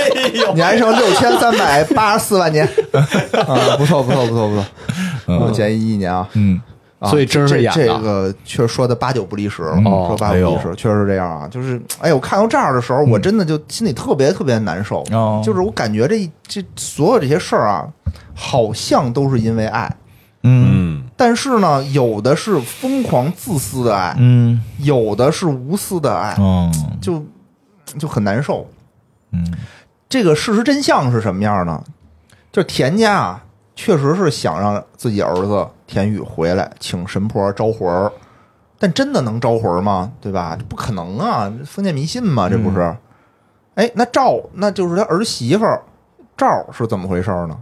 你还剩六千三百八十四万年， 啊，不错不错不错不错，我减一亿年啊，嗯，啊所以真是这演的这个确实说的八九不离十了，哦说八九不离十，确实是这样啊。就是哎，我看到这样的时候，嗯我真的就心里特别特别难受哦，就是我感觉这这所有这些事儿啊，好像都是因为爱，嗯，但是呢，有的是疯狂自私的爱，嗯有的是无私的爱，嗯就就很难受。嗯这个事实真相是什么样呢？就是田家啊，确实是想让自己儿子田宇回来，请神婆招魂儿，但真的能招魂儿吗？对吧？这不可能啊，封建迷信嘛，这不是？哎、那赵那就是他儿媳妇儿赵是怎么回事儿呢？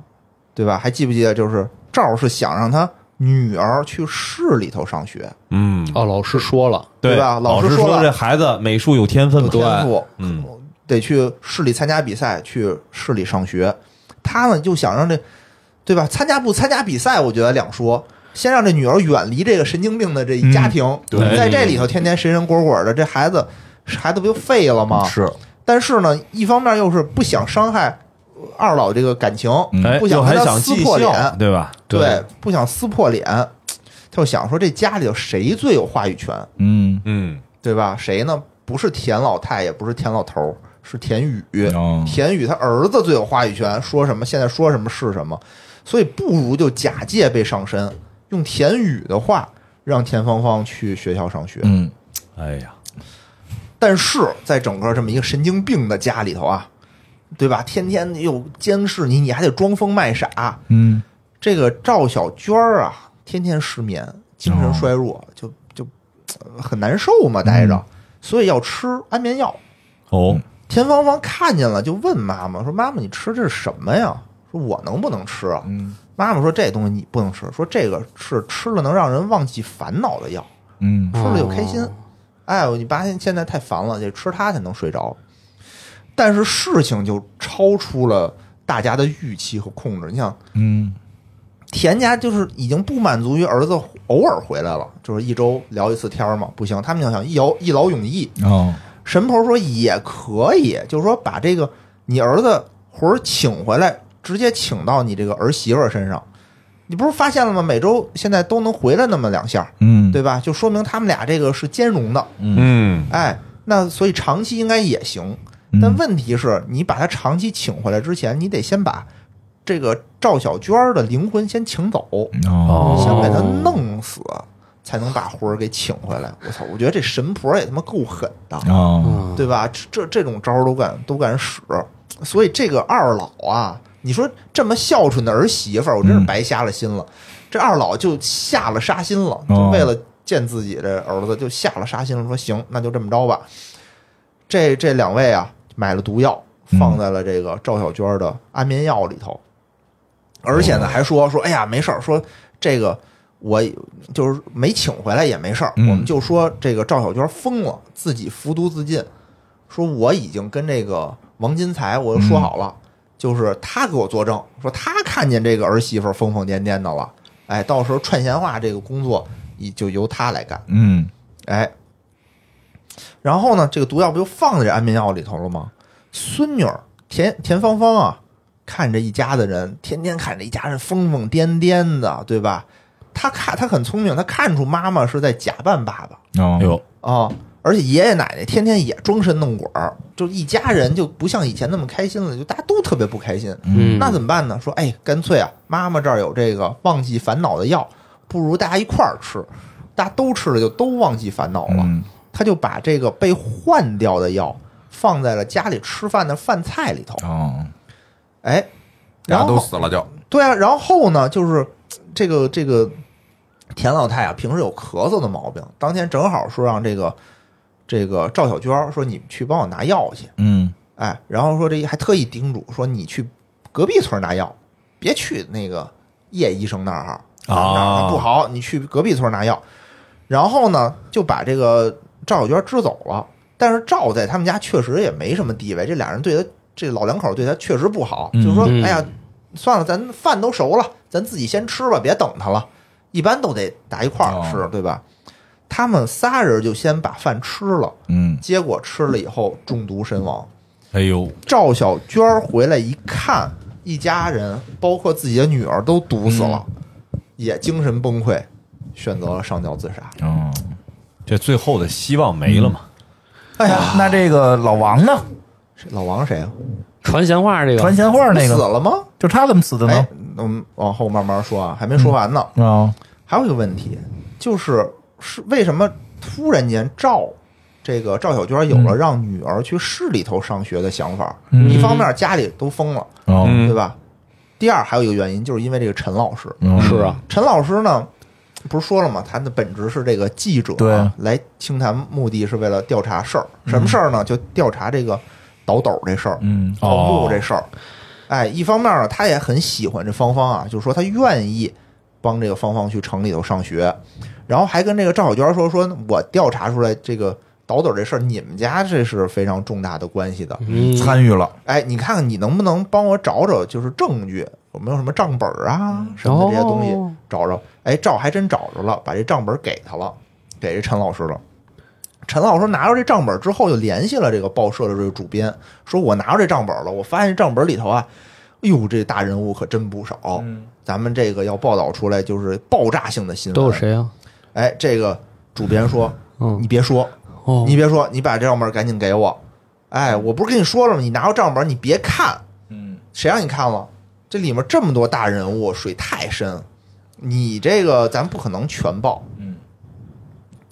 对吧？还记不记得？就是赵是想让他女儿去市里头上学，嗯，哦，老师说了，对吧老老师说说了这孩子美术有天分嘛，有天赋，嗯，得去市里参加比赛，去市里上学。他呢就想让这，对吧？参加不参加比赛，我觉得两说。先让这女儿远离这个神经病的这一家庭，嗯对在这里头天天神神鬼鬼的，这孩子孩子不就废了吗？嗯是，但是呢，一方面又是不想伤害二老这个感情，哎，嗯不想又跟还他想撕绩破效，脸对吧？对，不想撕破脸，就想说这家里头谁最有话语权？嗯嗯，对吧？谁呢？不是田老太，也不是田老头儿，是田宇。哦田宇他儿子最有话语权，说什么现在说什么是什么，所以不如就假借被上身，用田宇的话让田芳芳去学校上学。嗯哎呀，但是在整个这么一个神经病的家里头啊，对吧？天天又监视你，你还得装疯卖傻。嗯这个赵小娟儿啊，天天失眠，精神衰弱，就就呃很难受嘛，待着，所以要吃安眠药。哦，田芳芳看见了，就问妈妈说：“妈妈，你吃这是什么呀？说我能不能吃啊？”嗯妈妈说：“这东西你不能吃，说这个是吃了能让人忘记烦恼的药，嗯吃了就开心。哎呦，你爸现现在太烦了，得吃它才能睡着。”但是事情就超出了大家的预期和控制。你想，嗯田家就是已经不满足于儿子偶尔回来了，就是一周聊一次天儿嘛，不行，他们就想一劳一劳永逸，哦神婆说也可以，就是说把这个你儿子魂儿请回来，直接请到你这个儿媳妇儿身上。你不是发现了吗？每周现在都能回来那么两下，嗯对吧？就说明他们俩这个是兼容的。嗯，哎，那所以长期应该也行。但问题是你把他长期请回来之前，你得先把这个赵小娟儿的灵魂先请走，哦先把他弄死，才能把魂儿给请回来。我操！我觉得这神婆也他妈够狠的。哦嗯，对吧？这这这种招儿都敢都敢使，所以这个二老啊，你说这么孝顺的儿媳妇儿，我真是白瞎了心了。这二老就下了杀心了，就嗯哦为了见自己的儿子，就下了杀心了，说行，那就这么着吧。这这两位啊，买了毒药，放在了这个赵小娟儿的安眠药里头，而且哦呢还说说，哎呀，没事儿，说这个我就是没请回来也没事儿，嗯我们就说这个赵小娟疯了，自己服毒自尽，说我已经跟这个王金才我说好了，就是他给我作证，说他看见这个儿媳妇疯疯癫癫的了，哎，到时候串闲话这个工作已就由他来干，嗯哎，然后呢，这个毒药不就放在这安眠药里头了吗？孙女儿田田芳芳啊，看这一家子人，天天看这一家人疯疯癫癫的，对吧？她看她很聪明，她看出妈妈是在假扮爸爸哦哎呦，啊、而且爷爷奶奶天天也装神弄鬼儿，就一家人就不像以前那么开心了，就大家都特别不开心。嗯那怎么办呢？说，哎，干脆啊，妈妈这儿有这个忘记烦恼的药，不如大家一块儿吃，大家都吃了就都忘记烦恼了。嗯他就把这个被换掉的药放在了家里吃饭的饭菜里头。哦，哎，俩然后都死了就对啊，然后呢，就是嘖这个这个田老太啊，平时有咳嗽的毛病，当天正好说让这个这个赵小娟儿说你去帮我拿药去，嗯哎，然后说这还特意叮嘱说你去隔壁村拿药，别去那个叶医生那儿啊，那儿哦那不好，你去隔壁村拿药。然后呢，就把这个赵小娟支走了。但是赵在他们家确实也没什么地位，这俩人对他这老两口对他确实不好，嗯就是说，嗯哎呀，算了，咱饭都熟了，咱自己先吃吧，别等他了。一般都得打一块儿吃，哦对吧？他们仨人就先把饭吃了，嗯结果吃了以后中毒身亡。哎呦，赵小娟儿回来一看，一家人包括自己的女儿都毒死了，嗯也精神崩溃，选择了上吊自杀。哦，这最后的希望没了嘛？哎呀，那这个老王呢？谁老王谁啊？传闲话这传个，闲话那死个，了吗？就他怎么死的哎呢？，那我们往后慢慢说啊，还没说完呢。啊，还有一个问题就是，是为什么突然间赵这个赵小娟有了嗯让女儿去市里头上学的想法？嗯一方面家里都疯了，哦嗯对吧？第二还有一个原因，就是因为这个陈老师，嗯是啊，陈老师呢，不是说了吗？他的本职是这个记者、对啊，来清谈目的是为了调查事儿。什么事儿呢？就调查这个倒斗这事儿，嗯哦盗墓这事儿。哎，一方面呢，他也很喜欢这芳芳啊，就是说他愿意帮这个芳芳去城里头上学，然后还跟这个赵小娟说，说我调查出来这个倒斗这事儿，你们家这是非常重大的关系的。嗯，参与了，哎，你看看你能不能帮我找找，就是证据有没有什么账本儿啊什么的这些东西，嗯哦找着。哎，赵还真找着了，把这账本给他了，给这陈老师了。陈老师拿着这账本之后，就联系了这个报社的这个主编，说我拿着这账本了，我发现这账本里头啊，哎呦，这大人物可真不少，嗯咱们这个要报道出来就是爆炸性的新闻。都有？谁啊？哎，这个主编说，你嗯，别说，哦，你别说，你把这账本赶紧给我。哎，我不是跟你说了吗？你拿着账本，你别看，嗯谁让你看了？这里面这么多大人物，水太深，你这个咱不可能全报。嗯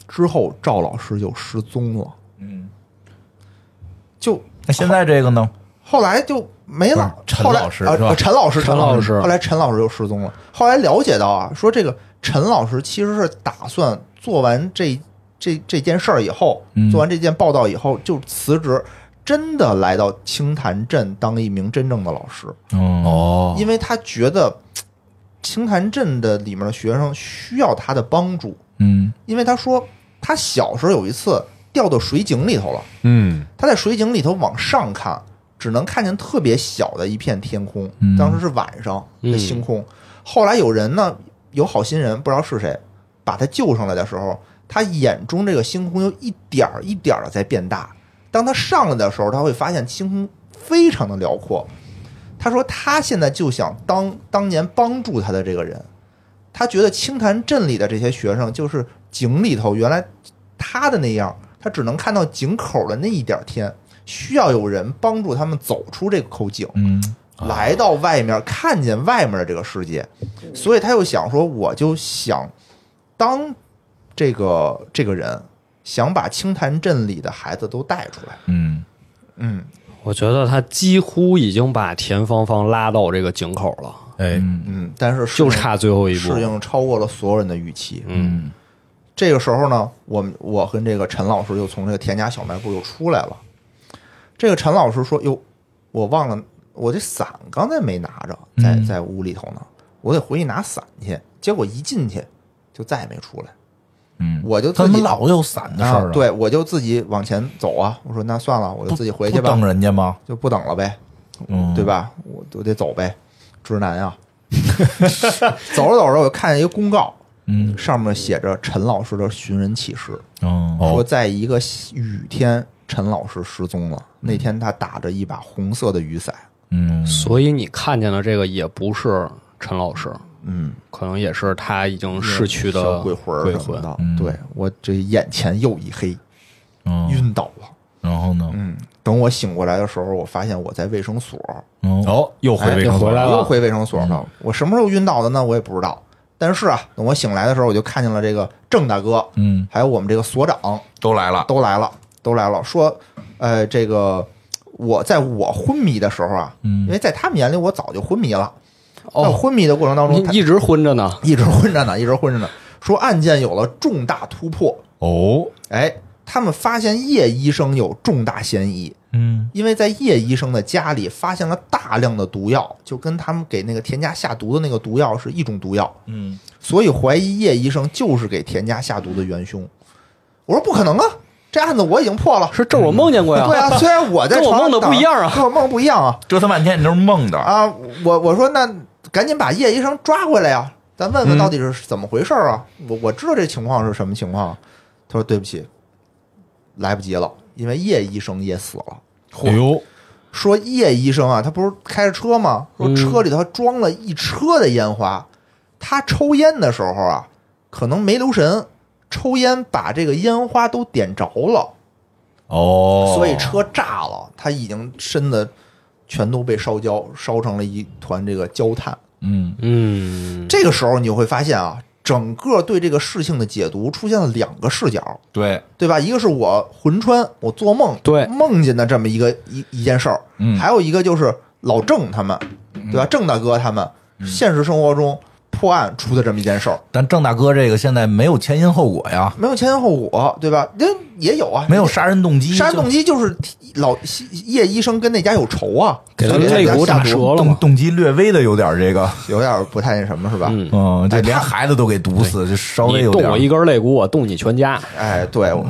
之后赵老师就失踪了，嗯，就那现在这个呢？后来就没了。不是陈后来老师呃是吧呃陈老师，陈老师后来陈老师就失踪了。后来了解到啊，说这个陈老师其实是打算做完这这这件事儿以后，嗯做完这件报道以后就辞职。真的来到清潭镇当一名真正的老师，哦，哦因为他觉得嘖清潭镇的里面的学生需要他的帮助，嗯因为他说他小时候有一次掉到水井里头了，嗯他在水井里头往上看，只能看见特别小的一片天空嗯，当时是晚上的星空。后来有人呢，有好心人不知道是谁，把他救上来的时候，他眼中这个星空又一点儿一点儿的在变大。当他上来的时候，他会发现星空非常的辽阔。他说他现在就想当当年帮助他的这个人，他觉得清潭镇里的这些学生就是井里头原来他的那样，他只能看到井口的那一点天，需要有人帮助他们走出这个口井，嗯啊来到外面，看见外面的这个世界。所以他又想说，我就想当这个这个人，想把清潭镇里的孩子都带出来。嗯嗯，我觉得他几乎已经把田芳芳拉到这个井口了，哎嗯嗯，但是就差最后一步适。应超过了所有人的预期。嗯这个时候呢，我们我跟这个陈老师就从这个田家小卖部又出来了。这个陈老师说：“哟，我忘了我这伞刚才没拿着，在嗯在屋里头呢，我得回去拿伞去。”结果一进去就再也没出来，嗯，我就他自己们老有散的事儿啊，对我就自己往前走啊。我说：“那算了，我就不自己回去不吧，等人家吗？就不等了呗，嗯哦对吧？我我得走呗，直男啊。” 走着走着，我就看见一个公告，嗯上面写着陈老师的寻人启事。哦说在一个雨天，陈老师失踪了。那天他打着一把红色的雨伞，嗯所以你看见的这个也不是陈老师，嗯，可能也是他已经嗯逝去小的鬼魂儿鬼什么魂。的。嗯对我这眼前又一黑，哦晕倒了。然后呢？嗯，等我醒过来的时候，我发现我在卫生所，哦哦又回哎卫生所又回来了又回卫生所了。我什么时候晕倒的呢？我也不知道。但是啊，等我醒来的时候，我就看见了这个郑大哥，嗯，还有我们这个所长，都来了。都来了，都来了，说，呃，这个我在我昏迷的时候啊，嗯因为在他们眼里我早就昏迷了，在哦，昏迷的过程当中，他你一直昏着呢。一直昏着呢，一直昏着呢，说案件有了重大突破，哦哎，他们发现叶医生有重大嫌疑。嗯因为在叶医生的家里发现了大量的毒药，就跟他们给那个田家下毒的那个毒药是一种毒药，嗯所以怀疑叶医生就是给田家下毒的元凶。我说不可能啊，这案子我已经破了。是这我梦见过呀。对啊，虽然我在跟我床上梦的躺不一样啊跟我梦不一样啊折腾半天你都是梦的，啊！我我说那赶紧把叶医生抓回来呀、咱问问到底是怎么回事儿啊！我我知道这情况是什么情况。他说对不起，来不及了，因为叶医生也死了。哎呦，说叶医生啊，他不是开着车吗？说车里头还装了一车的烟花，他抽烟的时候啊，可能没留神，抽烟把这个烟花都点着了，哦，所以车炸了，他已经身子全都被烧焦，烧成了一团这个焦炭。嗯，嗯，这个时候你就会发现啊，整个对这个事情的解读出现了两个视角，对，对吧？一个是我魂穿，我做梦，对梦见的这么一个一一件事儿，嗯还有一个就是老郑他们，对吧？郑大哥他们嗯现实生活中破案出的这么一件事儿，但郑大哥这个现在没有前因后果呀，没有前因后果，对吧？人也有啊，没有杀人动机，杀人动机就是老叶医生跟那家有仇啊，给他所以肋家骨下打毒折了动嘛。动机略微的有点这个，有点儿不太那什么，是吧？嗯，嗯，这哎连他孩子都给毒死，就稍微你有动点我一根肋骨，我动你全家。哎，对，我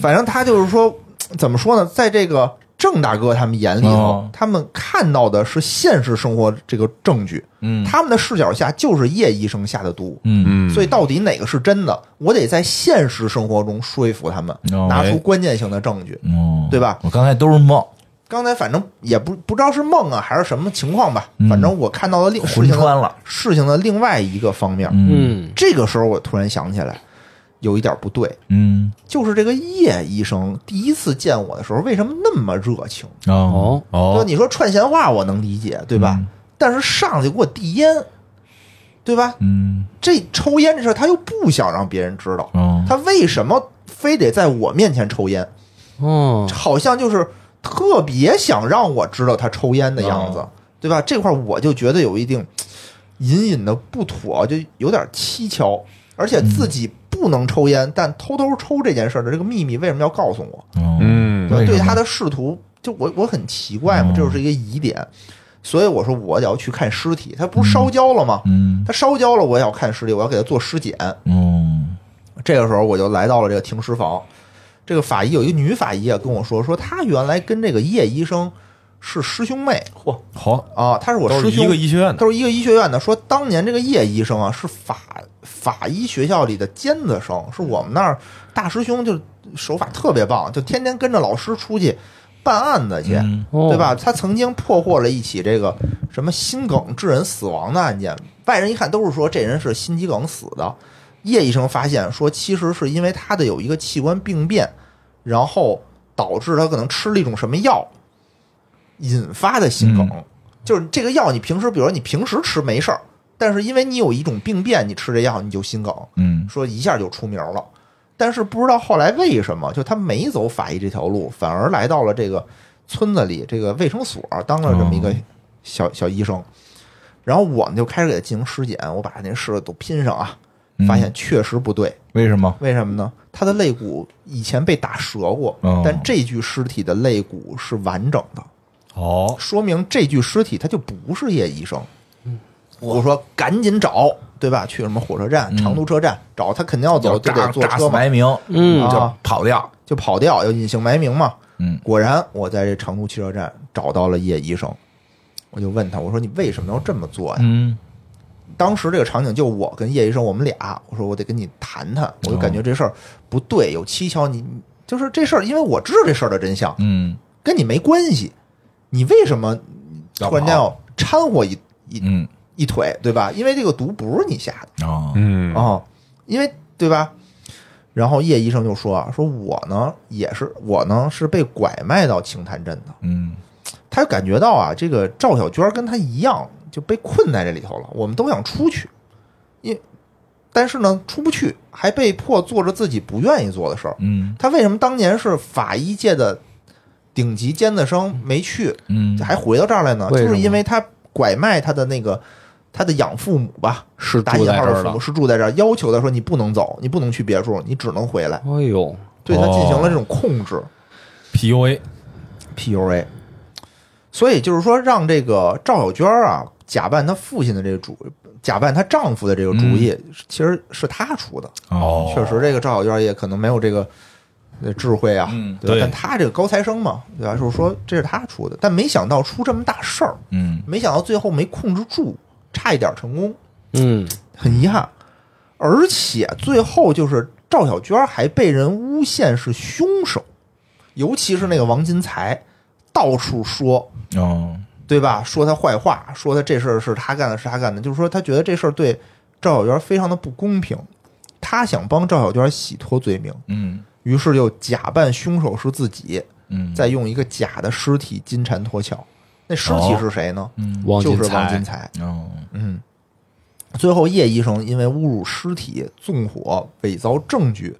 反正他就是说，怎么说呢，在这个郑大哥他们眼里头，哦他们看到的是现实生活这个证据，嗯他们的视角下就是叶医生下的毒，嗯所以到底哪个是真的，我得在现实生活中说服他们，哦拿出关键性的证据。嗯，哦对吧我刚才都是梦，刚才反正也不不知道是梦啊还是什么情况吧嗯，反正我看到了另事魂情的穿了，事情的另外一个方面。嗯嗯，这个时候我突然想起来，有一点不对，嗯，就是这个叶医生第一次见我的时候，为什么那么热情？哦哦，说哦，你说串闲话我能理解，对吧？嗯但是上去给我递烟，对吧？嗯这抽烟这事儿他又不想让别人知道，哦，他为什么非得在我面前抽烟？哦，好像就是特别想让我知道他抽烟的样子，对吧？这块儿我就觉得有一定隐隐的不妥，就有点蹊跷，而且自己不能抽烟，但偷偷抽这件事儿的这个秘密为什么要告诉我？哦，嗯对为什对么他的仕途，就我我很奇怪嘛哦，这就是一个疑点，所以我说我要去看尸体，他不是烧焦了吗？嗯他烧焦了，我也要看尸体，我要给他做尸检。哦，这个时候我就来到了这个停尸房，这个法医有一个女法医啊跟我说，说她原来跟这个叶医生是师兄妹嚯，好，啊，她是我都师是兄，一个医学院的，都是一个医学院的。说当年这个叶医生啊是法法医学校里的尖子生，是我们那儿大师兄，就手法特别棒，就天天跟着老师出去办案子去。嗯哦对？吧？他曾经破获了一起这个什么心梗致人死亡的案件，外人一看都是说这人是心肌梗死的。叶医生发现说，其实是因为他的有一个器官病变，然后导致他可能吃了一种什么药引发的心梗。就是这个药，你平时比如说你平时吃没事儿，但是因为你有一种病变，你吃这药你就心梗。嗯说一下就出名了。但是不知道后来为什么，就他没走法医这条路，反而来到了这个村子里这个卫生所，当了这么一个小、小医生。然后我们就开始给他进行尸检，我把那尸都拼上啊，发现确实不对。为什么？为什么呢？他的肋骨以前被打折过哦，但这具尸体的肋骨是完整的，哦，说明这具尸体它就不是叶医生。我说赶紧找，对吧？去什么火车嗯站、长途车站找他，肯定要走，要就得炸坐炸车死嘛埋，名，嗯就啊跑掉，就跑掉，要隐姓埋名嘛。嗯果然，我在这长途汽车站找到了叶医生，我就问他，我说你为什么要这么做呀？嗯当时这个场景就我跟叶医生，我们俩，我说我得跟你谈谈，我就感觉这事儿不对，有蹊跷。你就是这事儿，因为我知道这事儿的真相，嗯，跟你没关系，你为什么要突然间跑要掺和一一嗯一腿，对吧？因为这个毒不是你下的哦嗯啊、哦因为对吧？然后叶医生就说啊，说我呢也是我呢是被拐卖到清潭镇的，嗯他就感觉到啊，这个赵小娟跟他一样就被困在这里头了，我们都想出去，因但是呢出不去，还被迫做着自己不愿意做的事儿。嗯他为什么当年是法医界的顶级尖子生没去，嗯，还回到这儿来呢？为什就么是因为他拐卖他的那个他的养父母吧，是打住引在号这的儿父的母。是住在这儿，要求他说你不能走，你不能去别处，你只能回来，哎呦，对他哦进行了这种控制、 ，PUA， PUA。所以就是说，让这个赵小娟啊假扮她父亲的这个主，假扮她丈夫的这个主意，其实是她出的。嗯啊哦确实，这个赵小娟也可能没有这个呃智慧啊，嗯对吧对但他这个高材生嘛，对吧？就是说这是他出的，但没想到出这么大事儿，嗯没想到最后没控制住，差一点成功，嗯，很遗憾。而且最后就是赵小娟还被人诬陷是凶手，尤其是那个王金才，到处说，哦，对吧？说他坏话，说他这事儿是他干的，是他干的，就是说他觉得这事儿对赵小娟非常的不公平，他想帮赵小娟洗脱罪名，嗯于是就假扮凶手是自己，嗯，再用一个假的尸体金蝉脱壳。那尸体是谁呢？嗯哦王就是金王才金，才。哦嗯，最后叶医生因为侮辱尸体、纵火、伪造证据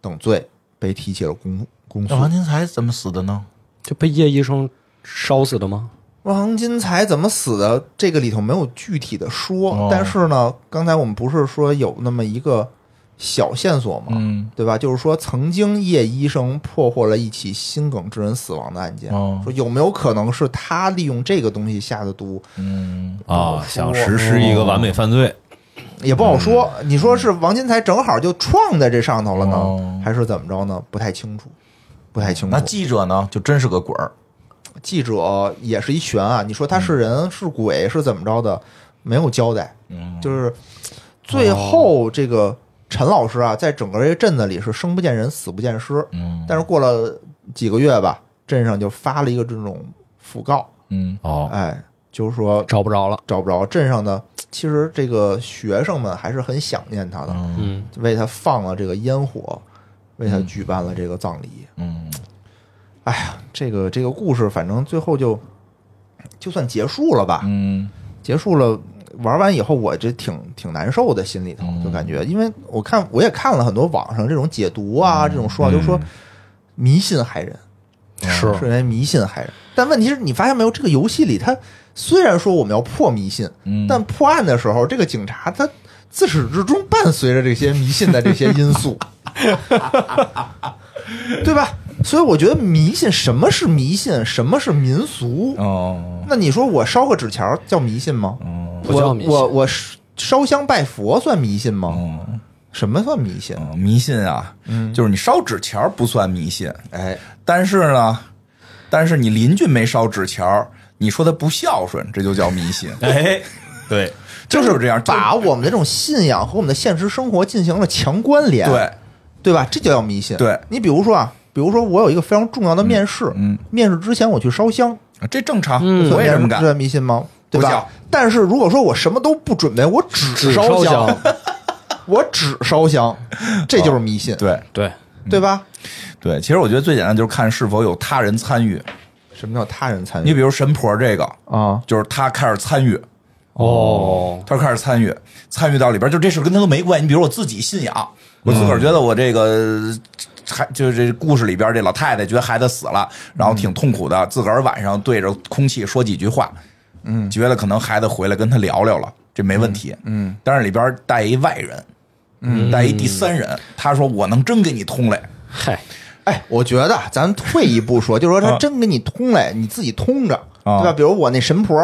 等罪被提起了公公诉哦那。王金才怎么死的呢？就被叶医生烧死的吗？王金才怎么死的？这个里头没有具体的说，哦但是呢，刚才我们不是说有那么一个小线索吗？嗯对吧？就是说，曾经叶医生破获了一起心梗致人死亡的案件，哦说有没有可能是他利用这个东西下的毒，嗯啊，想实施一个完美犯罪，也不嗯好说。你说是王金才正好就撞在这上头了呢，哦还是怎么着呢？不太清楚，不太清楚。那记者呢？就真是个鬼儿。记者也是一悬案，你说他是人是鬼是怎么着的，没有交代。嗯哦就是最后这个陈老师啊，在整个这个镇子里是生不见人，死不见尸。嗯但是过了几个月吧，镇上就发了一个这种讣告，嗯哦，哎，就是说找不着了。找不着镇上的，其实这个学生们还是很想念他的，嗯嗯，为他放了这个烟火，为他举办了这个葬礼。嗯哎呀，这个这个故事，反正最后就就算结束了吧，嗯结束了。玩完以后，我这挺挺难受的，心里头就感觉，因为我看我也看了很多网上这种解读啊，这种说法，就说迷信害人，嗯是是因为迷信害人。但问题是你发现没有，这个游戏里它虽然说我们要破迷信，嗯但破案的时候，这个警察他自始至终伴随着这些迷信的这些因素，对吧？所以我觉得迷信，什么是迷信，什么是民俗？哦那你说我烧个纸钱儿叫迷信吗？嗯不叫迷信我我我烧香拜佛算迷信吗？嗯什么算迷信？嗯，迷信啊，就是你烧纸钱儿不算迷信，嗯哎，但是呢，但是你邻居没烧纸钱儿，你说他不孝顺，这就叫迷 信，哎，对，就是这样，就把我们的这种信仰和我们的现实生活进行了强关联。对，对吧？这就叫迷信。对你比如说啊，比如说我有一个非常重要的面试，嗯嗯面试之前我去烧香，这正常，嗯我也这么这干，算迷信吗？对不吧叫？但是如果说我什么都不准备，我只只香，烧香我只烧 香，这就是迷信，对 对，对吧？对，其实我觉得最简单就是看是否有他人参与，什么叫他人参嗯你与比如神婆这个，啊？就是他开始参与，哦，他开始参与，参与到里边，就这事跟他都没关系。你比如我自己信仰，我自个儿觉得我这个还、就是这故事里边这老太太觉得孩子死了，然后挺痛苦的，自个儿晚上对着空气说几句话，嗯，觉得可能孩子回来跟他聊聊了，这没问题，嗯，但是里边带一外人，嗯，带一第三人，他说我能真给你通来，嗨，哎，我觉得啊咱们退一步说，就是说他真给你通来，你自己通着，啊对吧？比如我那神婆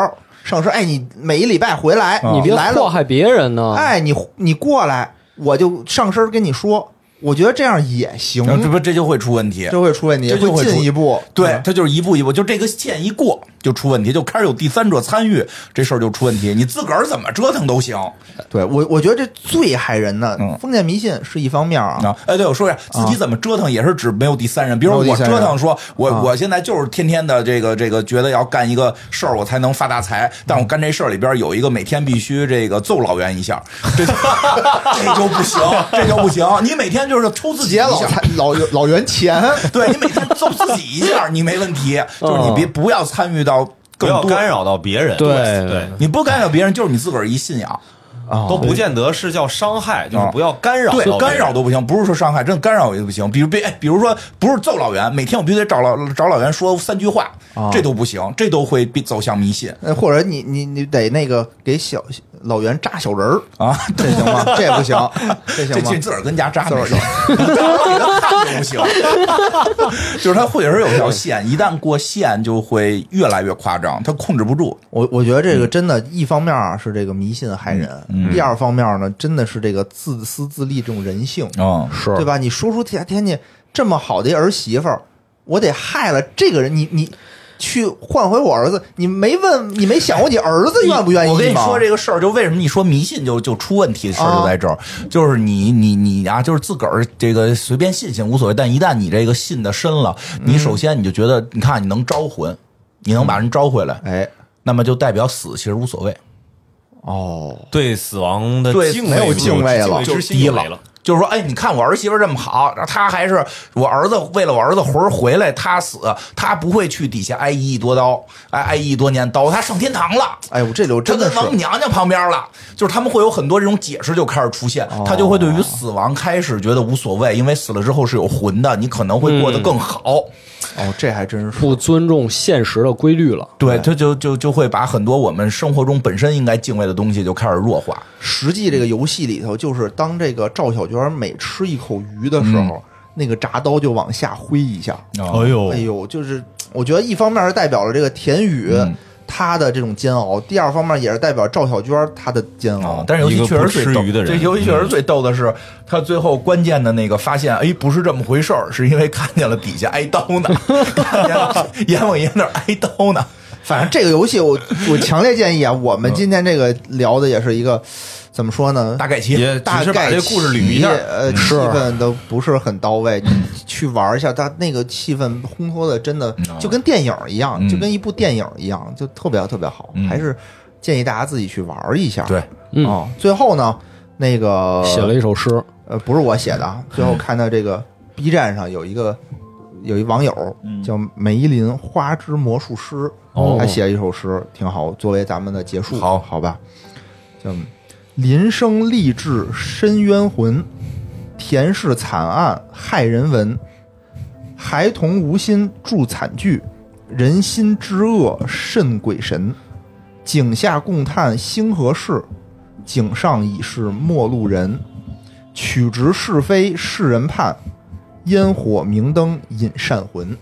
上身，哎，你每一礼拜回来，啊你别啊啊来祸了，害别人呢。哎，你你过来，我就上身跟你说，我觉得这样也行，这不这嗯就会出问题，这会出问题，这就会出进一步，嗯对，他就是一步一步，就这个线一过就出问题，就开始有第三者参与，这事儿就出问题。你自个儿怎么折腾都行啊对我，我觉得这最害人的嗯封建迷信是一方面啊，啊！哎，对，我说一下，自己怎么折腾也是指没有第三人，比如说没有我第三人啊折腾说，我我现在就是天天的这个这个，觉得要干一个事儿我才能发大财，但嗯我干这事儿里边有一个每天必须这个揍老袁一下， 这就这就不行，这就不行，你每天就是抽自己一劫下老财老老袁钱，对你每天揍自己一下，你没问题，嗯就是你别不要参与到不更要多干扰到别人，对对，你不干扰别人，就是你自个儿一信仰，都不见得是叫伤害，就是不要干扰到别哦对，人，干扰都不行，不是说伤害，真的干扰也不行。比如别，哎比如说不是揍老袁，每天我必须得找老找老袁说三句话，这都不行，这都会走向迷信 呃或者你你你得那个给小老袁扎小人儿，啊。 这行吗？这不行，这这行吗这？自个儿跟家扎没事自个，看就不行。 就是他会有有条线，一旦过线就会越来越夸张，他控制不住。我我觉得这个真的，一方面啊是这个迷信害人，嗯第二方面呢，真的是这个自私自利这种人性，嗯，是对吧？你说出天天你这么好的一儿媳妇儿，我得害了这个人，你你去换回我儿子，你没问，你没想过你儿子愿不愿意吗？我跟你说这个事儿，就为什么你说迷信就就出问题的事儿就在这儿，就是你你你啊，就是自个儿这个随便信信无所谓，但一旦你这个信的深了，你首先你就觉得，你看你能招魂，你能把人招回来，哎，那么就代表死其实无所谓，哦，对死亡的对敬畏没有度敬畏了之就心低哦就没了。就是说，哎，你看我儿媳妇这么好，然后她还是我儿子为了我儿子魂儿回来，她死，她不会去底下挨一亿多刀，挨挨一亿多年刀，她上天堂了。哎呦，这里我她真的跟是王母娘娘旁边了，就是他们会有很多这种解释就开始出现，她就会对于死亡开始觉得无所谓，因为死了之后是有魂的，你可能会过得更好。哦，这还真是不尊重现实的规律了。对，她就就就会把很多我们生活中本身应该敬畏的东西就开始弱化。实际这个游戏里头，就是当这个赵小娟每吃一口鱼的时嗯候，那个铡刀就往下挥一下。哦哎呦哎，呦，就是我觉得一方面是代表了这个田宇、嗯他的这种煎熬，第二方面也是代表赵小娟她的煎熬。啊哦但是游一戏个确不实最吃逗鱼的人这游戏确实最逗的是，他最后关键的那个发现，哎，不是这么回事儿，是因为看见了底下挨刀 呢，看见了阎王爷那儿挨刀呢。反正这个游戏我，我强烈建议啊，我们今天这个聊的也是一个怎么说呢？嗯大概齐，也只大是把概这故事捋一下嗯其，呃，气氛都不是很到位。你去玩一下，它那个气氛烘托的真的嗯就跟电影一样，嗯就跟一部电影一样，就特别特别好。嗯还是建议大家自己去玩一下。对，嗯哦，最后呢，那个写了一首诗，呃，不是我写的，啊，最后看到这个 B 站上有一个有一网友叫梅林花之魔术师，哦他写了一首诗，挺好，作为咱们的结束，好好吧，叫“林生立志深冤魂，田氏惨案骇人闻，孩童无心助惨剧，人心之恶甚鬼神。井下共叹星河事，井上已是陌路人。”曲直是非世人判，烟火明灯引善魂。